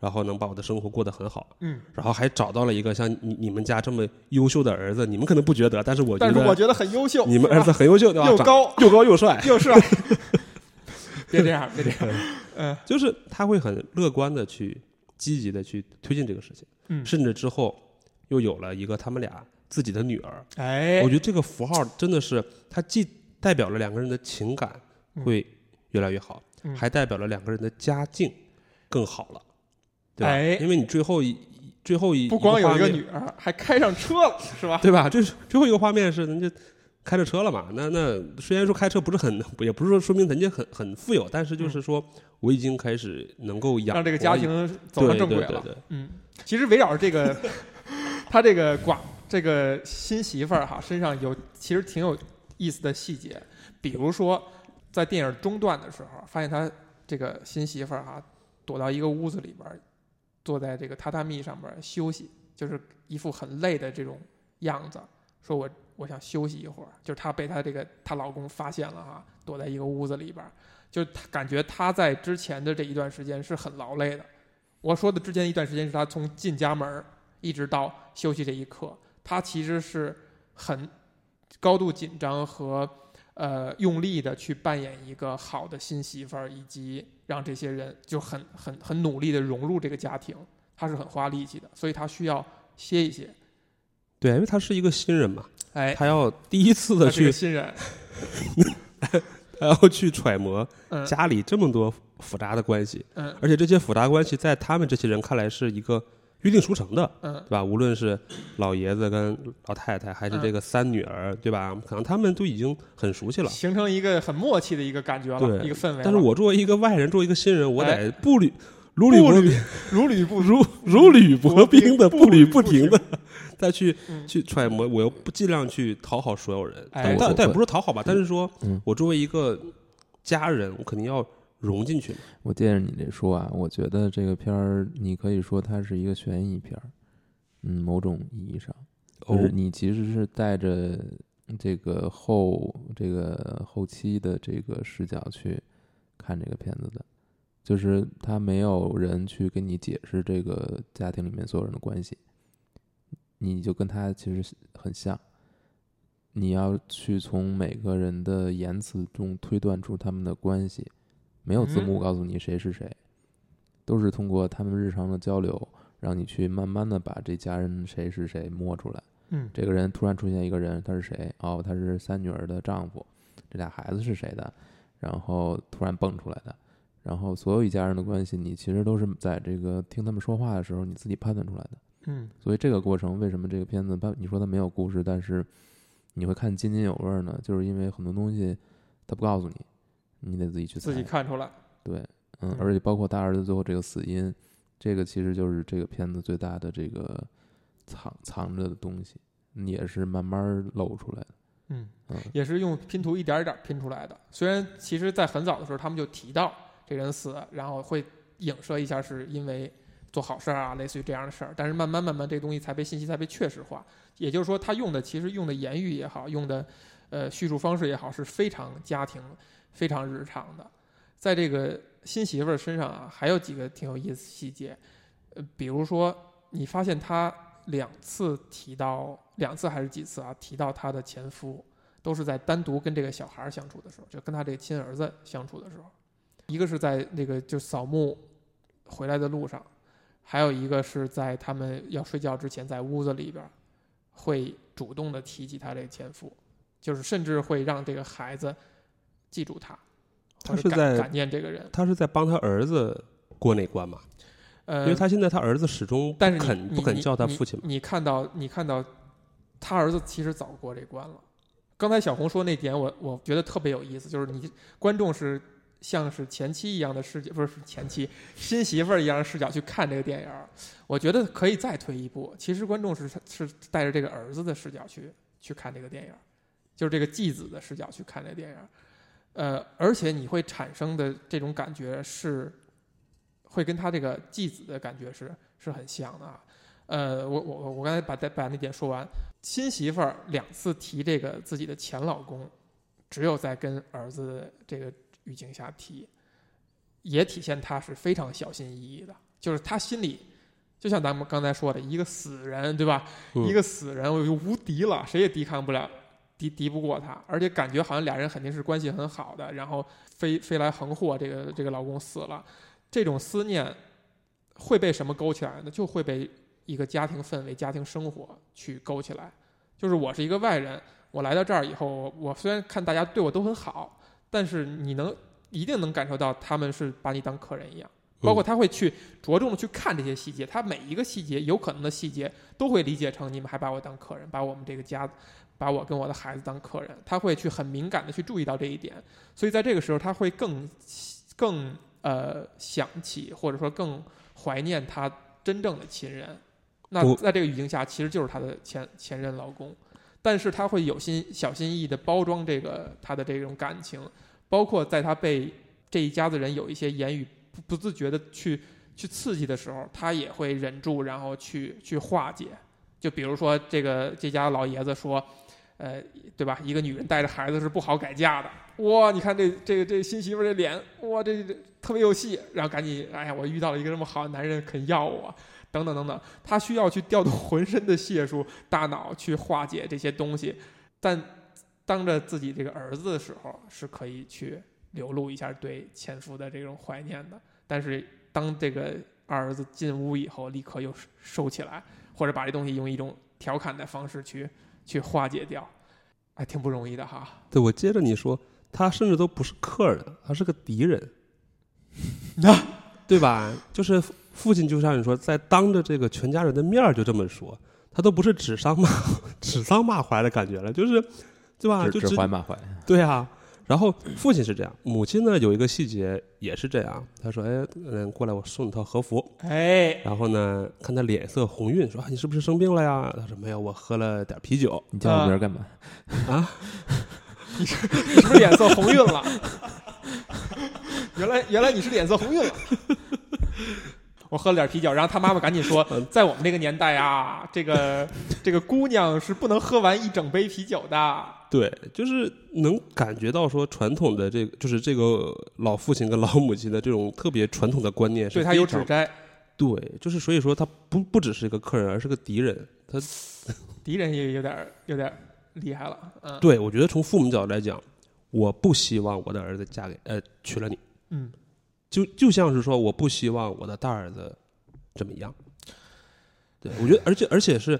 然后能把我的生活过得很好，嗯，然后还找到了一个像你你们家这么优秀的儿子，你们可能不觉得，但是我觉但是我得觉得很优秀，你们是儿吧子很优秀，对吧？又长高又高又帅，又帅，别这样，别这样，嗯就是他会很乐观的去积极的去推进这个事情。嗯，甚至之后又有了一个他们俩自己的女儿。哎，我觉得这个符号真的是，它既代表了两个人的情感嗯会越来越好，嗯还代表了两个人的家境更好了，对吧？哎因为你最后一最后一不光有一个画面女儿，还开上车了，是吧？对吧？这是最后一个画面是人家开着车了嘛？那那虽然说开车不是很，也不是说说明人家很很富有，但是就是说我已经开始能够嗯养让这个活家一庭走上对正轨对对了。对嗯，其实围绕着这个， *laughs* 他这个寡这个新媳妇儿哈，身上有其实挺有意思的细节，比如说在电影中段的时候，发现他这个新媳妇儿哈躲到一个屋子里边儿，坐在这个榻榻米上面休息，就是一副很累的这种样子，说我我想休息一会儿，就是她被她这个她老公发现了哈，躲在一个屋子里边儿。就是她感觉她在之前的这一段时间是很劳累的，我说的之前一段时间是他从进家门儿一直到休息这一刻，他其实是很高度紧张和呃用力的去扮演一个好的新媳妇儿，以及让这些人就很很很努力的融入这个家庭，他是很花力气的，所以他需要歇一歇。对，因为他是一个新人嘛，哎，他要第一次的他是去个新 *laughs* 人，他要去揣摩嗯家里这么多复杂的关系，嗯而且这些复杂关系在他们这些人看来是一个约定俗成的，嗯对吧？无论是老爷子跟老太太，还是这个三女儿，对吧？可能他们都已经很熟悉嗯，了。形成一个很默契的一个感觉了，对一个氛围了。但是我作为一个外人，作为一个新人，我哎得步履如履步薄履如履不如如履薄冰的步步履履不不停的 *laughs* 再去嗯去揣摩，我又不尽量去讨好所有人，哎但我但我但也不是讨好吧，但是说嗯我作为一个家人，我肯定要融进去嘛。我接着你这说啊，我觉得这个片儿，你可以说它是一个悬疑片儿，嗯，某种意义上，哦哦就是你其实是带着这个后这个后期的这个视角去看这个片子的，就是他没有人去跟你解释这个家庭里面所有人的关系，你就跟他其实很像。你要去从每个人的言辞中推断出他们的关系，没有字嗯幕告诉你谁是谁，都是通过他们日常的交流，让你去慢慢的把这家人谁是谁摸出来。嗯这个人突然出现一个人，他是谁？哦，他是三女儿的丈夫，这俩孩子是谁的？然后突然蹦出来的，然后所有一家人的关系，你其实都是在这个听他们说话的时候，你自己判断出来的。嗯所以这个过程，为什么这个片子它你说它没有故事，但是你会看津津有味儿呢？就是因为很多东西它不告诉你，你得自己去自己哎猜。看出来，对，嗯嗯，而且包括大儿子最后这个死因，这个其实就是这个片子最大的这个藏藏着的东西，也是慢慢儿露出来的。嗯，嗯，也是用拼图一点儿一点儿拼出来的。虽然其实，在很早的时候他们就提到这人死，然后会影射一下是因为做好事儿啊，类似于这样的事儿。但是慢慢慢慢，这东西才被信息才被确实化。也就是说，他用的其实用的言语也好，用的呃叙述方式也好，是非常家庭、非常日常的。在这个新媳妇儿身上啊，还有几个挺有意思的细节，呃，比如说你发现她两次提到，两次还是几次啊，提到她的前夫，都是在单独跟这个小孩儿相处的时候，就跟他这个亲儿子相处的时候，一个是在那个就扫墓回来的路上，还有一个是在他们要睡觉之前，在屋子里边儿会主动的提起他这个前夫，就是甚至会让这个孩子记住他，他或者是感在感念这个人。他是在帮他儿子过那关嘛？呃，因为他现在他儿子始终但是不你肯你不肯你叫他你父亲嘛。你看到你看到他儿子其实早过这关了。刚才小红说那点我，我觉得特别有意思，就是你观众是像是前妻一样的视角，不是是前妻新媳妇儿一样的视角去看这个电影儿。我觉得可以再推一步，其实观众是是带着这个儿子的视角去去看这个电影儿，就是这个继子的视角去看这个电影儿。呃，而且你会产生的这种感觉是，会跟他这个继子的感觉是是很像的啊。呃，我我我我刚才把把那点说完，新媳妇儿两次提这个自己的前老公，只有在跟儿子这个语境下提，也体现她是非常小心翼翼的，就是她心里。就像咱们刚才说的，一个死人，对吧？嗯一个死人，我就无敌了，谁也抵抗不了，敌敌不过他。而且感觉好像俩人肯定是关系很好的，然后飞飞来横祸，这个这个老公死了，这种思念会被什么勾起来呢？就会被一个家庭氛围、家庭生活去勾起来。就是我是一个外人，我来到这儿以后，我我虽然看大家对我都很好，但是你能一定能感受到他们是把你当客人一样。包括他会去着重的去看这些细节，他每一个细节有可能的细节都会理解成你们还把我当客人，把我们这个家，把我跟我的孩子当客人，他会去很敏感的去注意到这一点，所以在这个时候他会更更呃想起或者说更怀念他真正的亲人。那我在这个语境下，其实就是他的前前任老公，但是他会有心小心翼翼的包装这个他的这种感情，包括在他被这一家子人有一些言语不不自觉的去去刺激的时候，他也会忍住，然后去去化解。就比如说这个这家老爷子说，呃，对吧？一个女人带着孩子是不好改嫁的。哇，你看这这个这新媳妇儿这脸，哇，这这特别有戏。然后赶紧，哎呀，我遇到了一个这么好的男人，肯要我，等等等等。他需要去调动浑身的解数、大脑去化解这些东西，但当着自己这个儿子的时候，是可以去流露一下对前夫的这种怀念的。但是当这个二儿子进屋以后，立刻又收收起来，或者把这东西用一种调侃的方式去去化解掉，还挺不容易的哈。对，我接着你说，他甚至都不是客人，他是个敌人，对吧？就是父父亲，就像你说，在当着这个全家人的面儿就这么说，他都不是指桑骂 *laughs* 指桑骂槐的感觉了，就是对吧？啊就只直只怀马怀，对啊。然后父亲是这样，母亲呢有一个细节也是这样，他说：“哎，嗯，过来，我送你套和服。”哎，然后呢，看他脸色红晕，说：“啊，你是不是生病了呀？”他说：“没有，我喝了点啤酒。你叫我名儿干嘛？你是不是脸色红晕了？ *laughs* 原来原来你是脸色红晕了。我喝了点啤酒，然后他妈妈赶紧说，嗯在我们这个年代啊，这个这个姑娘是不能喝完一整杯啤酒的。”对，就是能感觉到说传统的这个，就是这个老父亲跟老母亲的这种特别传统的观念是对他非有常指摘，对，就是所以说他不不只是一个客人，而是个敌人。他敌人也有点儿有点儿厉害了。嗯，对我觉得从父母角度来讲，我不希望我的儿子嫁给呃娶了你，嗯，就就像是说我不希望我的大儿子怎么样。对，我觉得，而且而且是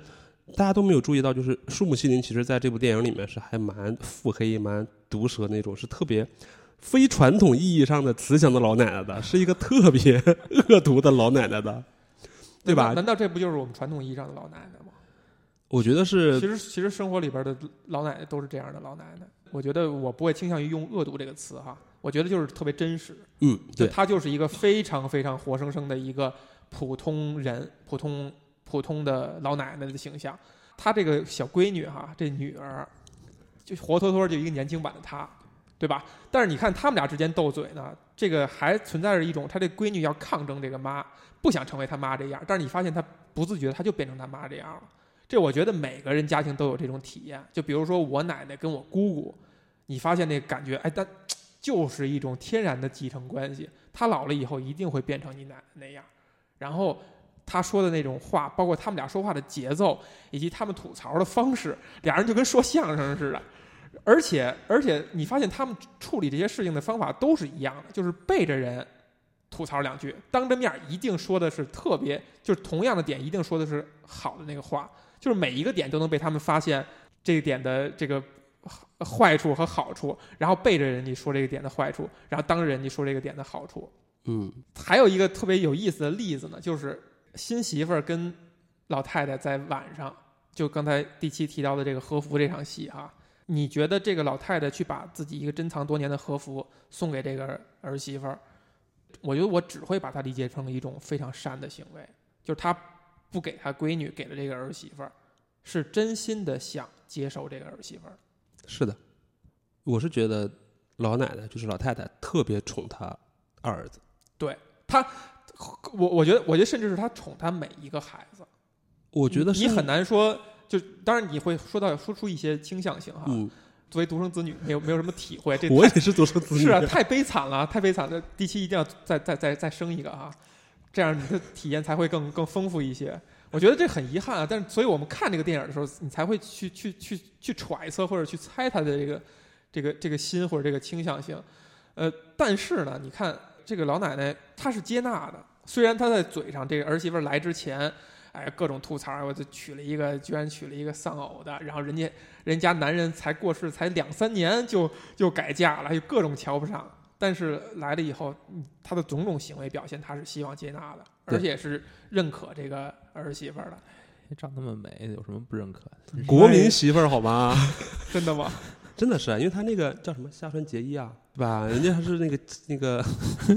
大家都没有注意到，就是树木希林其实在这部电影里面是还蛮腹黑、蛮毒舌那种，是特别非传统意义上的慈祥的老奶奶的，是一个特别 *laughs* 恶毒的老奶奶的，对吧？难道这不就是我们传统意义上的老奶奶吗？我觉得是其实其实生活里边的老奶奶都是这样的老奶奶。我觉得我不会倾向于用“恶毒”这个词哈，我觉得就是特别真实，嗯，就对，她就是一个非常非常活生生的一个普通人、普通普通的老奶奶的形象。她这个小闺女哈，这女儿就活脱脱就一个年轻版的她，对吧？但是你看他们俩之间斗嘴呢，这个还存在着一种她这闺女要抗争这个妈，不想成为她妈这样，但是你发现她不自觉，她就变成她妈这样了。这我觉得每个人家庭都有这种体验。就比如说我奶奶跟我姑姑，你发现那感觉，哎，但就是一种天然的继承关系。她老了以后一定会变成你奶奶那样。然后她说的那种话，包括他们俩说话的节奏，以及他们吐槽的方式，俩人就跟说相声似的。而且而且，你发现他们处理这些事情的方法都是一样的，就是背着人吐槽两句，当着面儿一定说的是特别，就是同样的点一定说的是好的那个话。就是每一个点都能被他们发现这个点的这个呃坏处和好处，然后背着人家说这个点的坏处，然后当着人家说这个点的好处。嗯还有一个特别有意思的例子呢，就是新媳妇儿跟老太太在晚上，就刚才第七提到的这个和服这场戏哈、你觉得这个老太太去把自己一个珍藏多年的和服送给这个儿媳妇儿，我觉得我只会把它理解成一种非常善的行为，就是她不给她闺女，给了这个儿媳妇儿，是真心的想接受这个儿媳妇儿。是的，我是觉得老奶奶就是老太太特别宠她二儿子，我我觉得，我觉得甚至是她宠她每一个孩子。我觉得嗯是你很难说，就当然你会说到说出一些倾向性哈。嗯，作为独生子女，没有没有什么体会，这我也是独生子女，是啊，太悲惨了，太悲惨了。第七一定要再再再再生一个啊，这样你的体验才会更更丰富一些。我觉得这很遗憾啊，但是所以我们看这个电影的时候，你才会去去去去揣测或者去猜他的这个这个这个心或者这个倾向性。呃，但是呢，你看这个老奶奶她是接纳的，虽然她在嘴上这个儿媳妇儿来之前。哎，各种吐槽，我就娶了一个，居然娶了一个丧偶的，然后人家人家男人才过世才两三年就就改嫁了，就各种瞧不上。但是来了以后，嗯他的种种行为表现，他是希望接纳的，对而且是认可这个儿媳妇儿的，哎哎长那么美，有什么不认可的？国民媳妇儿好吗？真的吗？真的是啊，因为她那个叫什么下川结衣啊，对 *laughs* 吧？人家还是那个那个 *laughs*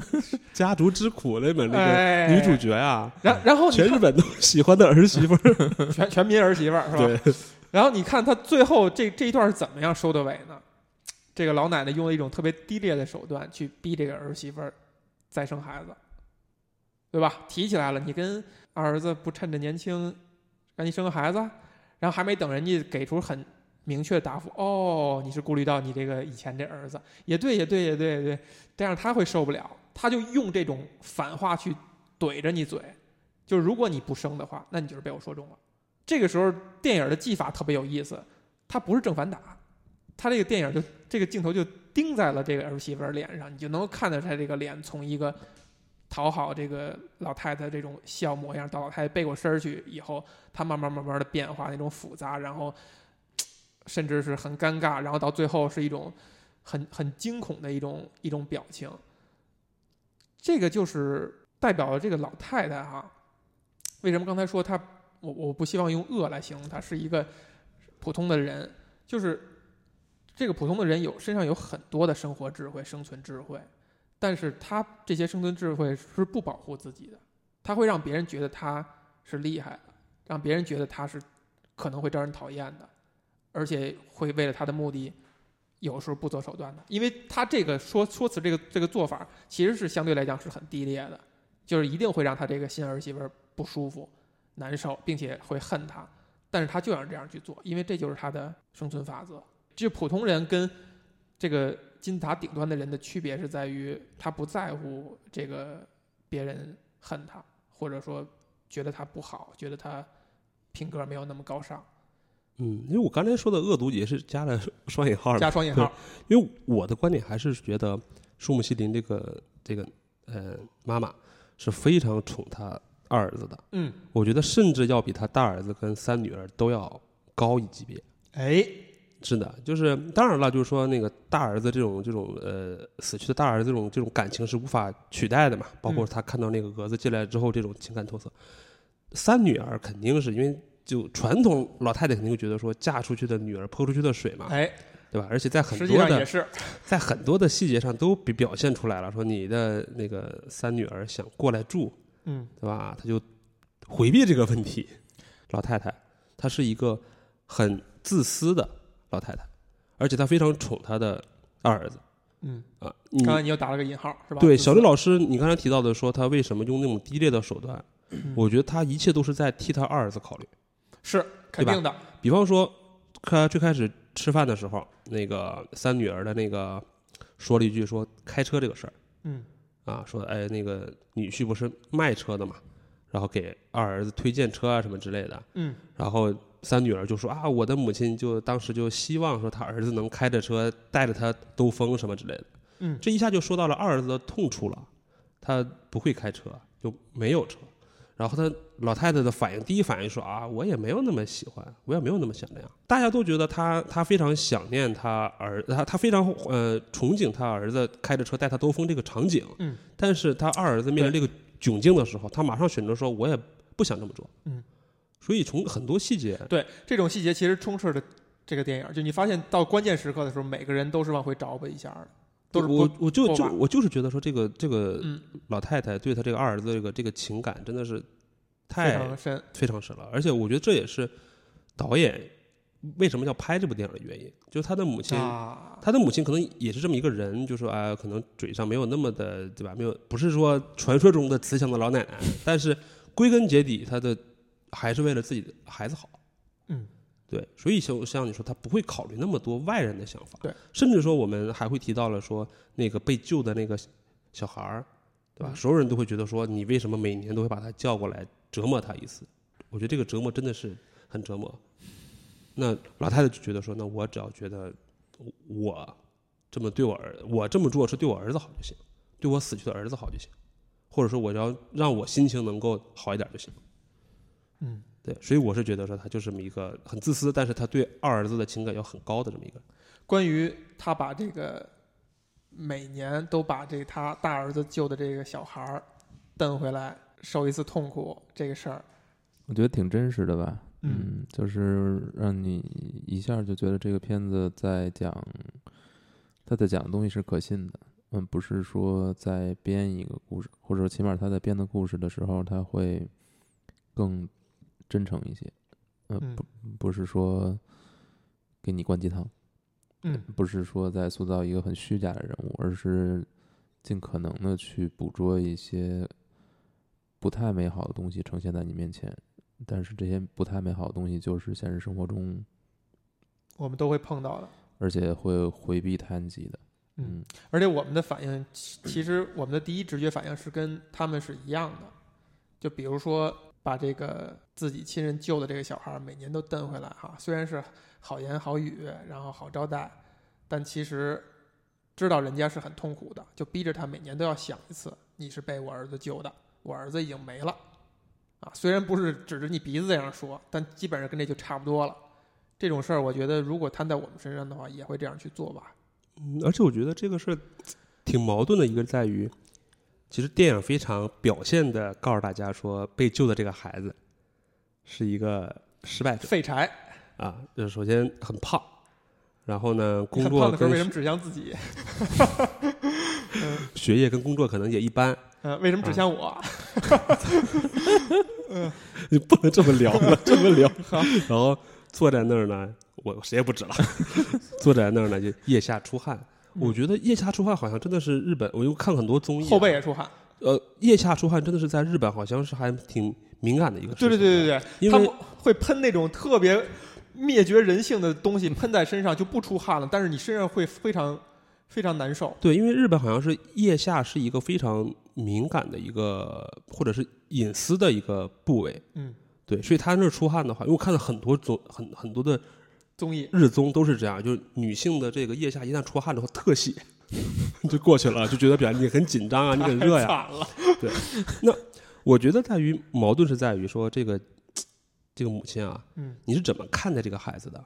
家族之苦那本那哎， *laughs* 个女主。角啊，然然后你全日本都喜欢的儿媳 *laughs* 妇儿，看全全民儿媳妇儿是吧？对，然后你看他最后这这一段是怎么样收的尾呢？这个老奶奶用了一种特别低劣的手段去逼这个儿媳妇儿再生孩子，对吧？提起来了，你跟二儿子不趁着年轻赶紧生个孩子，啊然后还没等人家给出很明确的答复，哦，你是顾虑到你这个以前这儿子，也对，也对，也对，也对，这样他会受不了，他就用这种反话去怼着你嘴，就是如果你不生的话，那你就是被我说中了。这个时候电影的技法特别有意思，它不是正反打，它这个电影就这个镜头就盯在了这个儿媳妇儿脸上，你就能够看到她这个脸从一个讨好这个老太太这种笑模样，到老太太背过身儿去以后，她慢慢慢慢的变化那种复杂，然后嘖甚至是很尴尬，然后到最后是一种很 *laughs* 很惊恐的一种一种表情。这个就是代表了这个老太太哈、为什么刚才说她我我不希望用恶来形容他，是一个普通的人，就是这个普通的人有身上有很多的生活智慧、生存智慧，但是他这些生存智慧是不保护自己的，他会让别人觉得他是厉害的，让别人觉得他是可能会招人讨厌的，而且会为了他的目的。有时候不择手段的，因为他这个说说辞这个这个做法，其实是相对来讲是很低劣的，就是一定会让他这个新儿媳妇儿不舒服。难受，并且会恨他，但是他就想这样去做，因为这就是他的生存法则。就普通人跟这个金字塔顶端的人的区别是在于，他不在乎这个别人恨他，或者说觉得他不好，觉得他品格没有那么高尚，嗯，因为我刚才说的恶毒也是加了双引号的，加双引号。因为我的观点还是觉得树木希林这个这个呃妈妈是非常宠她二儿子的，嗯，我觉得甚至要比她大儿子跟三女儿都要高一级别。哎，是的，就是当然了，就是说那个大儿子这种这种呃死去的大儿子这种这种感情是无法取代的嘛，包嗯括他看到那个蛾子进来之后这种情感特色。三女儿肯定是因为就传统老太太肯定会觉得说嫁出去的女儿泼出去的水嘛，哎，对吧？而且在很实际多上也的是，在很多的细节上都表表现出来了，说你的那个三女儿想过来住，嗯，对吧？他就回避这个问题。老太太，她是一个很自私的老太太，而且她非常宠她的二儿子嗯，啊。你刚才你又打了个引号是吧？对自私小绿老师，你刚才提到的说她为什么用那种低劣的手段，嗯我觉得她一切都是在替她二儿子考虑。是肯定的，比方说，她最开始吃饭的时候，那个三女儿的那个说了一句说开车这个事儿。嗯啊，说哎那个女婿不是卖车的嘛，然后给二儿子推荐车啊什么之类的，嗯然后三女儿就说啊，我的母亲就当时就希望说她儿子能开着车带着她兜风什么之类的，嗯这一下就说到了二儿子的痛处了，他不会开车，就没有车，然后他老太太的反应，第一反应说啊，我也没有那么喜欢，我也没有那么想那样，大家都觉得他他非常想念他儿，他他非常呃憧憬他儿子开着车带他兜风这个场景，嗯，但是他二儿子面临这个窘境的时候，他马上选择说我也不想这么做，嗯，所以从很多细节，对，这种细节其实充斥着这个电影，就你发现到关键时刻的时候，每个人都是往回找补一下的，都是不我我就不就吧我就是觉得说这个这个嗯老太太对她这个二儿子这个这个情感真的是非太常深，非常深了，而且我觉得这也是导演为什么要拍这部电影的原因，就是他的母亲，啊，他的母亲可能也是这么一个人，就说啊、可能嘴上没有那么的对吧，没有不是说传说中的慈祥的老奶 *laughs* 奶，但是归根结底，她的还是为了自己的孩子好。嗯，对，所以就像你说，他不会考虑那么多外人的想法，对，甚至说我们还会提到了说那个被救的那个小孩儿，对吧？嗯所有人都会觉得说，你为什么每年都会把他叫过来折磨他一次？我觉得这个折磨真的是很折磨。那老太太就觉得说，那我只要觉得我这么对我儿，我这么做是对我儿子好就行，对我死去的儿子好就行，或者说我只要让我心情能够好一点就行。嗯，对，所以我是觉得说他就是这么一个很自私，但是他对二儿子的情感要很高的这么一个人。关于他把这个每年都把这他大儿子救的这个小孩儿蹬回来受一次痛苦这个事儿，我觉得挺真实的吧，嗯嗯，就是让你一下就觉得这个片子在讲，他在讲的东西是可信的，嗯，不是说在编一个故事，或者说起码他在编的故事的时候，他会更真诚一些，呃，嗯不不是说给你灌鸡汤，嗯不是说在塑造一个很虚假的人物，而是尽可能的去捕捉一些不太美好的东西呈现在你面前。但是这些不太美好的东西，就是现实生活中，我们都会碰到的。而且会回避谈及的。嗯嗯，而且我们的反应，其其实我们的第一直觉反应是跟他们是一样的。就比如说，把这个自己亲人救的这个小孩儿每年都蹬回来哈，虽然是好言好语，然后好招待，但其实知道人家是很痛苦的，就逼着他每年都要想一次，你是被我儿子救的，我儿子已经没了。啊，虽然不是指着你鼻子这样说，但基本上跟这就差不多了。这种事儿，我觉得如果摊在我们身上的话，也会这样去做吧。嗯，而且我觉得这个事儿挺矛盾的，一个在于，其实电影非常表现的告诉大家说，被救的这个孩子是一个失败者废柴，啊，就是首先很胖，然后呢，工很作胖的时候为什跟么指向自己？学业跟工作可能也一般，呃，为什么指向啊我？你 *laughs* 不能这么聊 *laughs* 了，这么聊，然后坐在那儿呢，我谁也不 *laughs* 指了，坐在那儿呢就腋下出汗。我觉得腋下出汗好像真的是日本，我又看很多综艺啊、嗯后背也出汗。呃，腋下出汗真的是在日本好像是还挺敏感的一个事情。对对对对对，因他为们会喷那种特别灭绝人性的东西，喷在身上就不出汗了，但是你身上会非常非常难受。对，因为日本好像是腋下是一个非常敏感的一个或者是隐私的一个部位，嗯，对，所以他那儿出汗的话，因为我看了很多种很很多的综艺日综都是这样，就是女性的这个腋下一旦出汗之后特写 *laughs* 就过去了，就觉得表你很紧张啊，你很热呀、惨了。我觉得在于矛盾是在于说这个这个母亲啊，嗯你是怎么看待这个孩子的？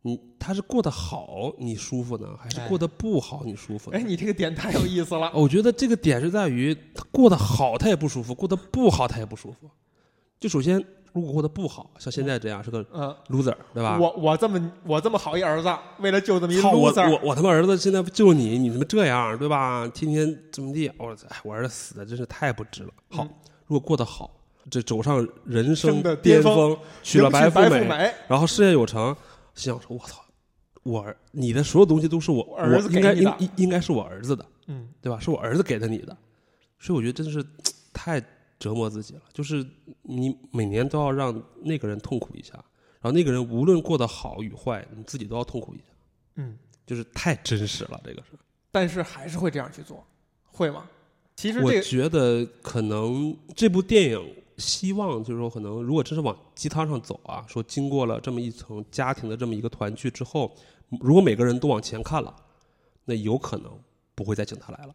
你他是过得好你舒服呢，还是哎过得不好你舒服呢？哎，你这个点太有意思了。我觉得这个点是在于他过得好他也不舒服，过得不好他也不舒服。就首先，如果过得不好，像现在这样是个嗯， loser，对吧？我我这么我这么好一儿子，为了救这么一操我 loser，我我他妈儿子现在就你，你他妈这样对吧？天天怎么地？我哎，我儿子死的真是太不值了。好，嗯如果过得好，这走上人生生的巅巅峰峰，娶了白富美，然后事业有成，心想说：“我操，我儿你的所有东西都是我我儿子我应该给你应的应应该是我儿子的，嗯，对吧？是我儿子给的你的。”所以我觉得真的是太折磨自己了，就是你每年都要让那个人痛苦一下，然后那个人无论过得好与坏，你自己都要痛苦一下。嗯，就是太真实了，这个是。但是还是会这样去做，会吗？其实我这个觉得可能这部电影希望就是说，可能如果真是往鸡汤上走啊，说经过了这么一层家庭的这么一个团聚之后，如果每个人都往前看了，那有可能不会再请他来了。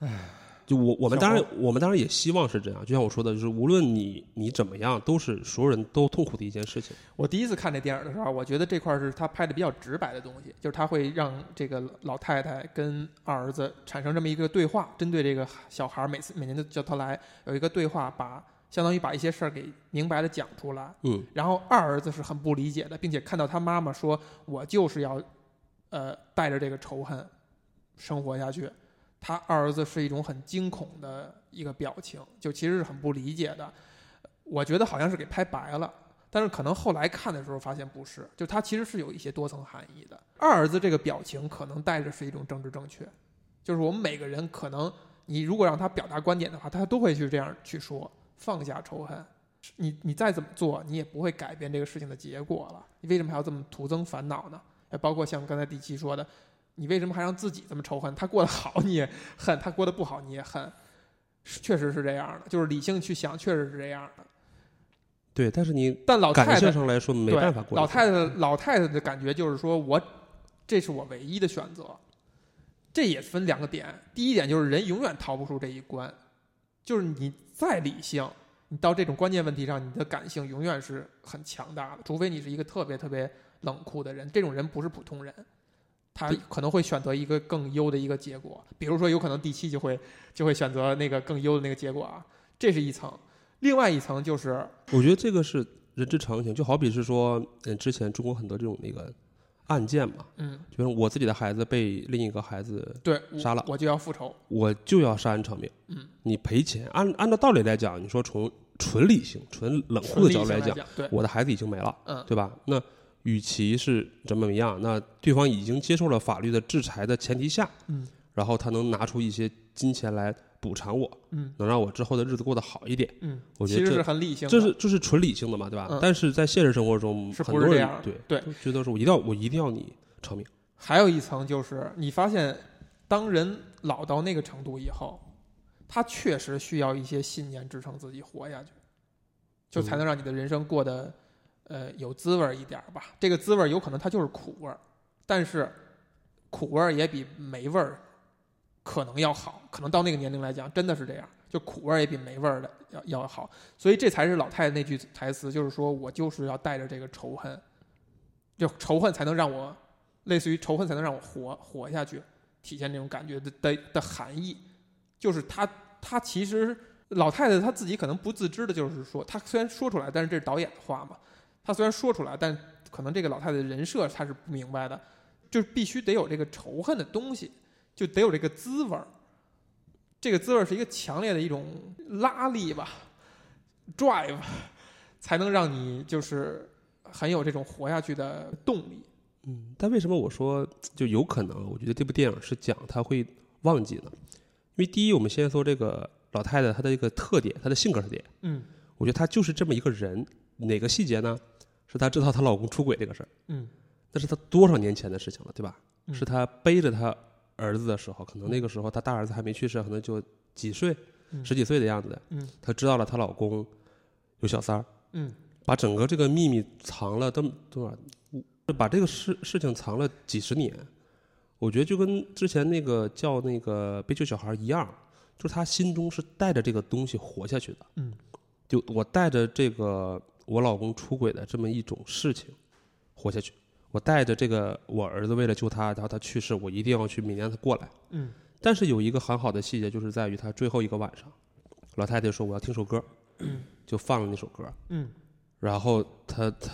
唉，就我我们当然小我们当然也希望是这样，就像我说的，就是无论你你怎么样，都是所有人都痛苦的一件事情。我第一次看这电影的时候，我觉得这块儿是他拍的比较直白的东西，就是他会让这个老太太跟二儿子产生这么一个对话，针对这个小孩儿每次每年都叫他来有一个对话，把相当于把一些事儿给明白的讲出来。嗯然后二儿子是很不理解的，并且看到他妈妈说：“我就是要，呃，带着这个仇恨生活下去。”他二儿子是一种很惊恐的一个表情，就其实是很不理解的。我觉得好像是给拍白了，但是可能后来看的时候发现不是，就他其实是有一些多层含义的。二儿子这个表情可能带着是一种政治正确，就是我们每个人可能你如果让他表达观点的话，他都会去这样去说，放下仇恨。你你再怎么做，你也不会改变这个事情的结果了。你为什么还要这么徒增烦恼呢？哎，包括像刚才第七说的，你为什么还让自己这么仇恨？他过得好你也恨，他过得不好你也恨，是确实是这样的。就是理性去想，确实是这样的。对，但是你但老太感太性上来说没对办法过。老太太老太太的感觉就是说我这是我唯一的选择。这也分两个点，第一点就是人永远逃不出这一关，就是你再理性，你到这种关键问题上，你的感性永远是很强大的，除非你是一个特别特别冷酷的人，这种人不是普通人，他对可能会选择一个更优的一个结果，比如说有可能第七就会就会选择那个更优的那个结果啊，这是一层，另外一层就是我觉得这个是人之常情，就好比是说，嗯，之前中国很多这种那个案件嘛，嗯，就是我自己的孩子被另一个孩子，对，我杀了我就要复仇，我就要杀人偿命，嗯，你赔钱，按按照道理来讲，你说从纯理性、纯冷酷的角度来讲，，对，我的孩子已经没了，嗯，对吧？那与其是怎么样，那对方已经接受了法律的制裁的前提下，嗯，然后他能拿出一些金钱来补偿我，嗯能让我之后的日子过得好一点，嗯，我觉其得实这是很理性的，这是这是纯理性的嘛，对吧？嗯但是在现实生活中，是不很是多这人样对对都觉得说我一定要我一定要你偿命，还有一层就是，你发现当人老到那个程度以后，他确实需要一些信念支撑自己活下去，就才能让你的人生过得呃有滋味儿一点儿吧。这个滋味儿有可能它就是苦味儿，但是苦味儿也比没味儿可能要好。可能到那个年龄来讲，真的是这样，就苦味儿也比没味儿的要要好。所以这才是老太太那句台词，就是说我就是要带着这个仇恨，就仇恨才能让我类似于仇恨才能让我活活下去，体现这种感觉的的的含义，就是她她其实老太太她自己可能不自知的，就是说她虽然说出来，但是这是导演的话嘛，她虽然说出来，但可能这个老太太的人设她是不明白的，就是必须得有这个仇恨的东西，就得有这个滋味儿，这个滋味儿是一个强烈的一种拉力吧，drive，才能让你就是很有这种活下去的动力。嗯。但为什么我说就有可能？我觉得这部电影是讲他会忘记呢，因为第一，我们先说这个老太太她的一个特点，她的性格特点，嗯我觉得她就是这么一个人。哪个细节呢？是她知道她老公出轨这个事儿，嗯那是她多少年前的事情了，对吧？嗯是她背着她儿子的时候，可能那个时候她大儿子还没去世，可能就几岁、嗯十几岁的样子，嗯她知道了她老公有小三儿。嗯把整个这个秘密藏了这么多少，我把这个事事情藏了几十年，我觉得就跟之前那个叫那个被救小孩一样，就是他心中是带着这个东西活下去的。嗯，就我带着这个我老公出轨的这么一种事情，活下去。我带着这个我儿子为了救他，然后他去世，我一定要去缅甸他过来。嗯，但是有一个很好的细节，就是在于他最后一个晚上，老太太说我要听首歌，就放了那首歌。嗯，然后他他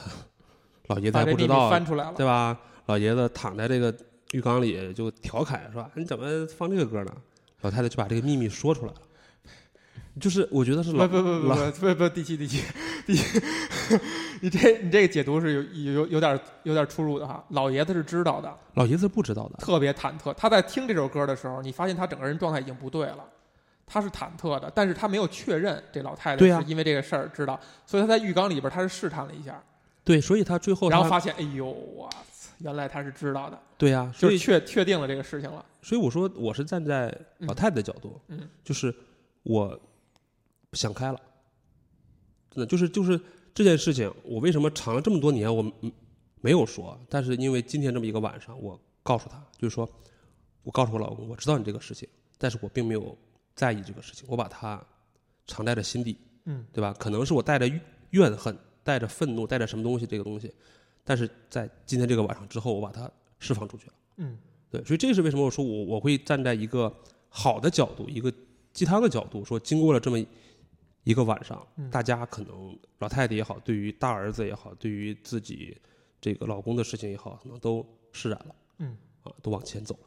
老爷子把还这不秘知密道，翻出来了。对吧？老爷子躺在这个浴缸里就调侃说：“哎你怎么放这个歌呢？”老太太就把这个秘密说出来了。就是我觉得是不老不不不老不不不，第七第七第七， *laughs* 你这你这个解读是有有有有点有点出入的哈。老爷子是知道的，老爷子不知道的，特别忐忑。他在听这首歌的时候，你发现他整个人状态已经不对了，他是忐忑的，但是他没有确认这老太太对啊呀是因为这个事儿知道，所以他在浴缸里边他是试探了一下，对，所以他最后然后他发现，哎呦，我操，原来他是知道的，对呀、就所是以确确定了这个事情了。所以我说我是站在老太太的角度，嗯嗯就是我想开了，真的就是就是这件事情，我为什么藏了这么多年，我没没有说，但是因为今天这么一个晚上，我告诉他，就是说我告诉我老公，我知道你这个事情，但是我并没有在意这个事情，我把它藏在了心底，嗯，对吧？可能是我带着怨怨恨、带着愤怒、带着什么东西这个东西，但是在今天这个晚上之后，我把它释放出去了。嗯对，所以这是为什么我说我我会站在一个好的角度，一个鸡汤的角度，说经过了这么一个晚上，嗯大家可能老太太也好，对于大儿子也好，对于自己这个老公的事情也好，可能都释然了嗯啊，都往前走了。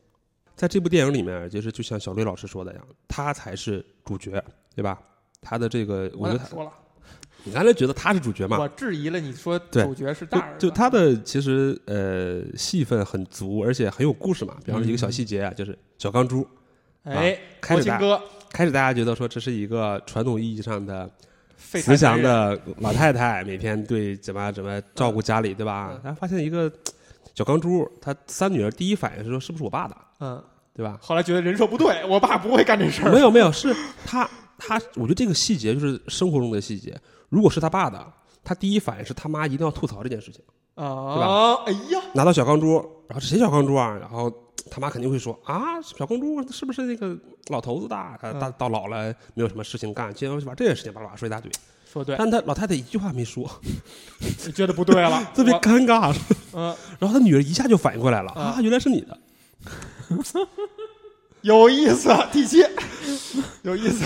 在这部电影里面，就是就像小绿老师说的一样，他才是主角，对吧？他的这个，我我觉得哪他说了？你刚才觉得他是主角嘛？我质疑了你说对主角是就大儿子，就他的其实呃戏份很足，而且很有故事嘛。比方说一个小细节啊，就是小钢珠哎，啊开国始庆大哥开始大家觉得说这是一个传统意义上的废柴慈祥男人，的老太太，每天对怎么怎么照顾家里，对吧嗯？然后发现一个小钢珠，她三女儿第一反应是说是不是我爸的，嗯，？对吧后来觉得人设不对，我爸不会干这事没儿，有没有，是她她，我觉得这个细节就是生活中的细节。如果是她爸的，她第一反应是他妈一定要吐槽这件事情。啊，哎呀，拿到小钢珠，然后这谁小钢珠啊？然后他妈肯定会说啊，小钢珠是不是那个老头子的？他嗯到到老了没有什么事情干，今天就把这件事情巴拉巴拉说一大堆。说对，但他老太太一句话没说，你觉得不对 *laughs* 了，特别我尴尬。嗯，然后他女儿一下就反应过来了啊啊，原来是 *laughs* 你的。有意思，第七，有意思，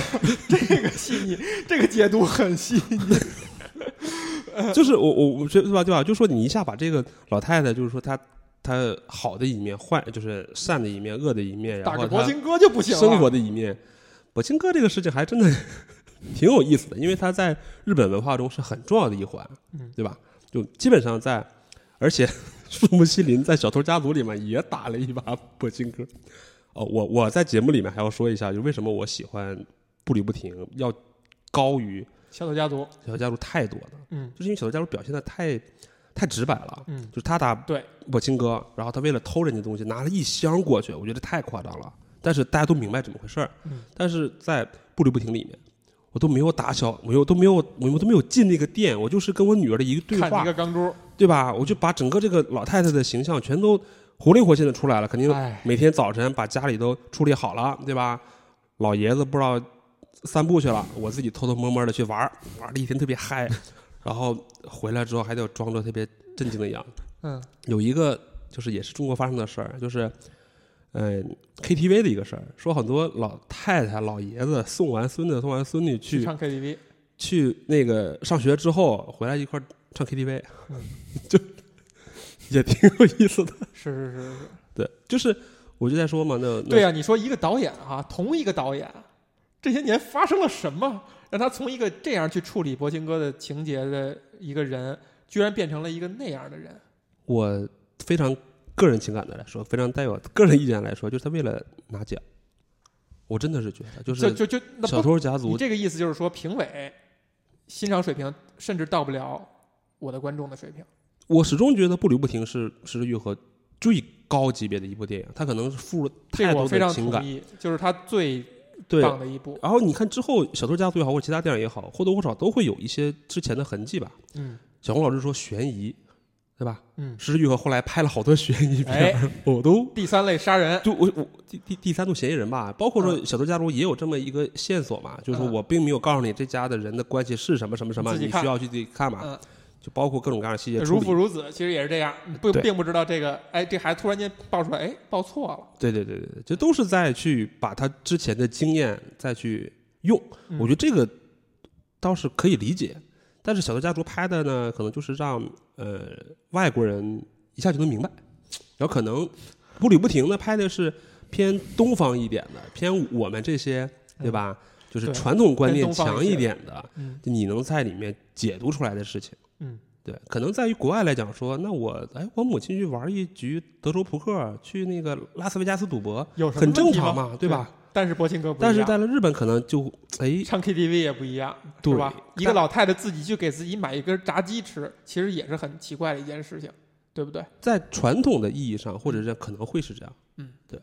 这个细腻，这个解读很细腻，就是我我我觉得对吧对吧？就说你一下把这个老太太，就是说她她好的一面、坏就是善的一面、恶的一面，然打后着国她庆哥就不行了，生活的一面。柏青哥这个事情还真的 *laughs* 挺有意思的，因为他在日本文化中是很重要的一环，嗯对吧？就基本上在，而且 *laughs* 树木希林在《小偷家族》里面也打了一把柏青哥。哦，我我在节目里面还要说一下，就为什么我喜欢步履不停要高于小丑家族，小偷家族太多呢？嗯就是因为小偷家族表现的太太直白了，嗯，就是他打对柏青哥，然后他为了偷人家东西拿了一箱过去，我觉得太夸张了。但是大家都明白怎么回事儿，嗯但是在步履不停里面，我都没有打小，我又都没有，我都没有进那个店，我就是跟我女儿的一个对看你一话个，钢珠，对吧？我就把整个这个老太太的形象全都活灵活现的出来了，肯定哎，每天早晨把家里都处理好了，对吧？老爷子不知道散步去了，我自己偷偷摸摸的去玩儿，玩了一天特 *laughs* 别嗨，然后回来之后还得装作特别震惊的样子。嗯有一个就是也是中国发生的事儿，就是，呃，KTV 的一个事儿，说很多老太太、老爷子送完孙子、送完孙女去去唱 *laughs* KTV，去那个上学之后回来一块儿唱 *laughs* KTV，嗯就也挺有意思的。是是是是，对，就是我就在说嘛，那那对呀、你说一个导演啊，同一个导演，这些年发生了什么，让他从一个这样去处理柏青哥的情节的一个人，居然变成了一个那样的人，我非常个人情感的来说，非常带有个人意见来说，就是他为了拿奖，我真的是觉得就就是就就那小不偷家你族，这个意思就是说，评委欣赏水平甚至到不了我的观众的水平。我始终觉得《步履不停》是是玉和最高级别的一部电影，它可能是付了这太个我多非常的情同感。意，就是他最对，棒的一部。然后你看之后，《小偷家族》也好，或者其他电影也好，或多或少都会有一些之前的痕迹吧。嗯小红老师说悬疑，对吧？嗯，石之玉和后来拍了好多悬疑片哎儿，我都第三类杀 *laughs* 人，就我我 *laughs* 第第第三度嫌疑人吧，包括说嗯《小偷家族》也有这么一个线索嘛，就是说嗯我并没有告诉你这家的人的关系是什么什么什么，你自己你看需要去自己看嘛。嗯就包括各种各样的细节处如理父。如子，其实也是这样，不对并不知道这个，哎，这孩子突然间报出来，哎，报错了。对对对对，对就都是在去把他之前的经验再去用。嗯我觉得这个倒是可以理解，但是《小偷家族》拍的呢，可能就是让呃外国人一下就能明白，然后可能步履不停的拍的是偏东方一点的，偏我们这些对吧，就是嗯对传统观偏念东方强一一些点的，嗯就你能在里面解读出来的事情。嗯，对，可能在于国外来讲说，那我哎，我母亲去玩一局德州扑克，去那个拉斯维加斯赌博，有什么很正问题常吗嘛，对吧？但是博庆哥不一但样，是在了日本，可能就哎，唱 KTV 也不一样，对是吧？一个但老太太自己去给自己买一根炸鸡吃，其实也是很奇怪的一件事情，对不对？在传统的意义上，或者是可能会是这样。嗯，对。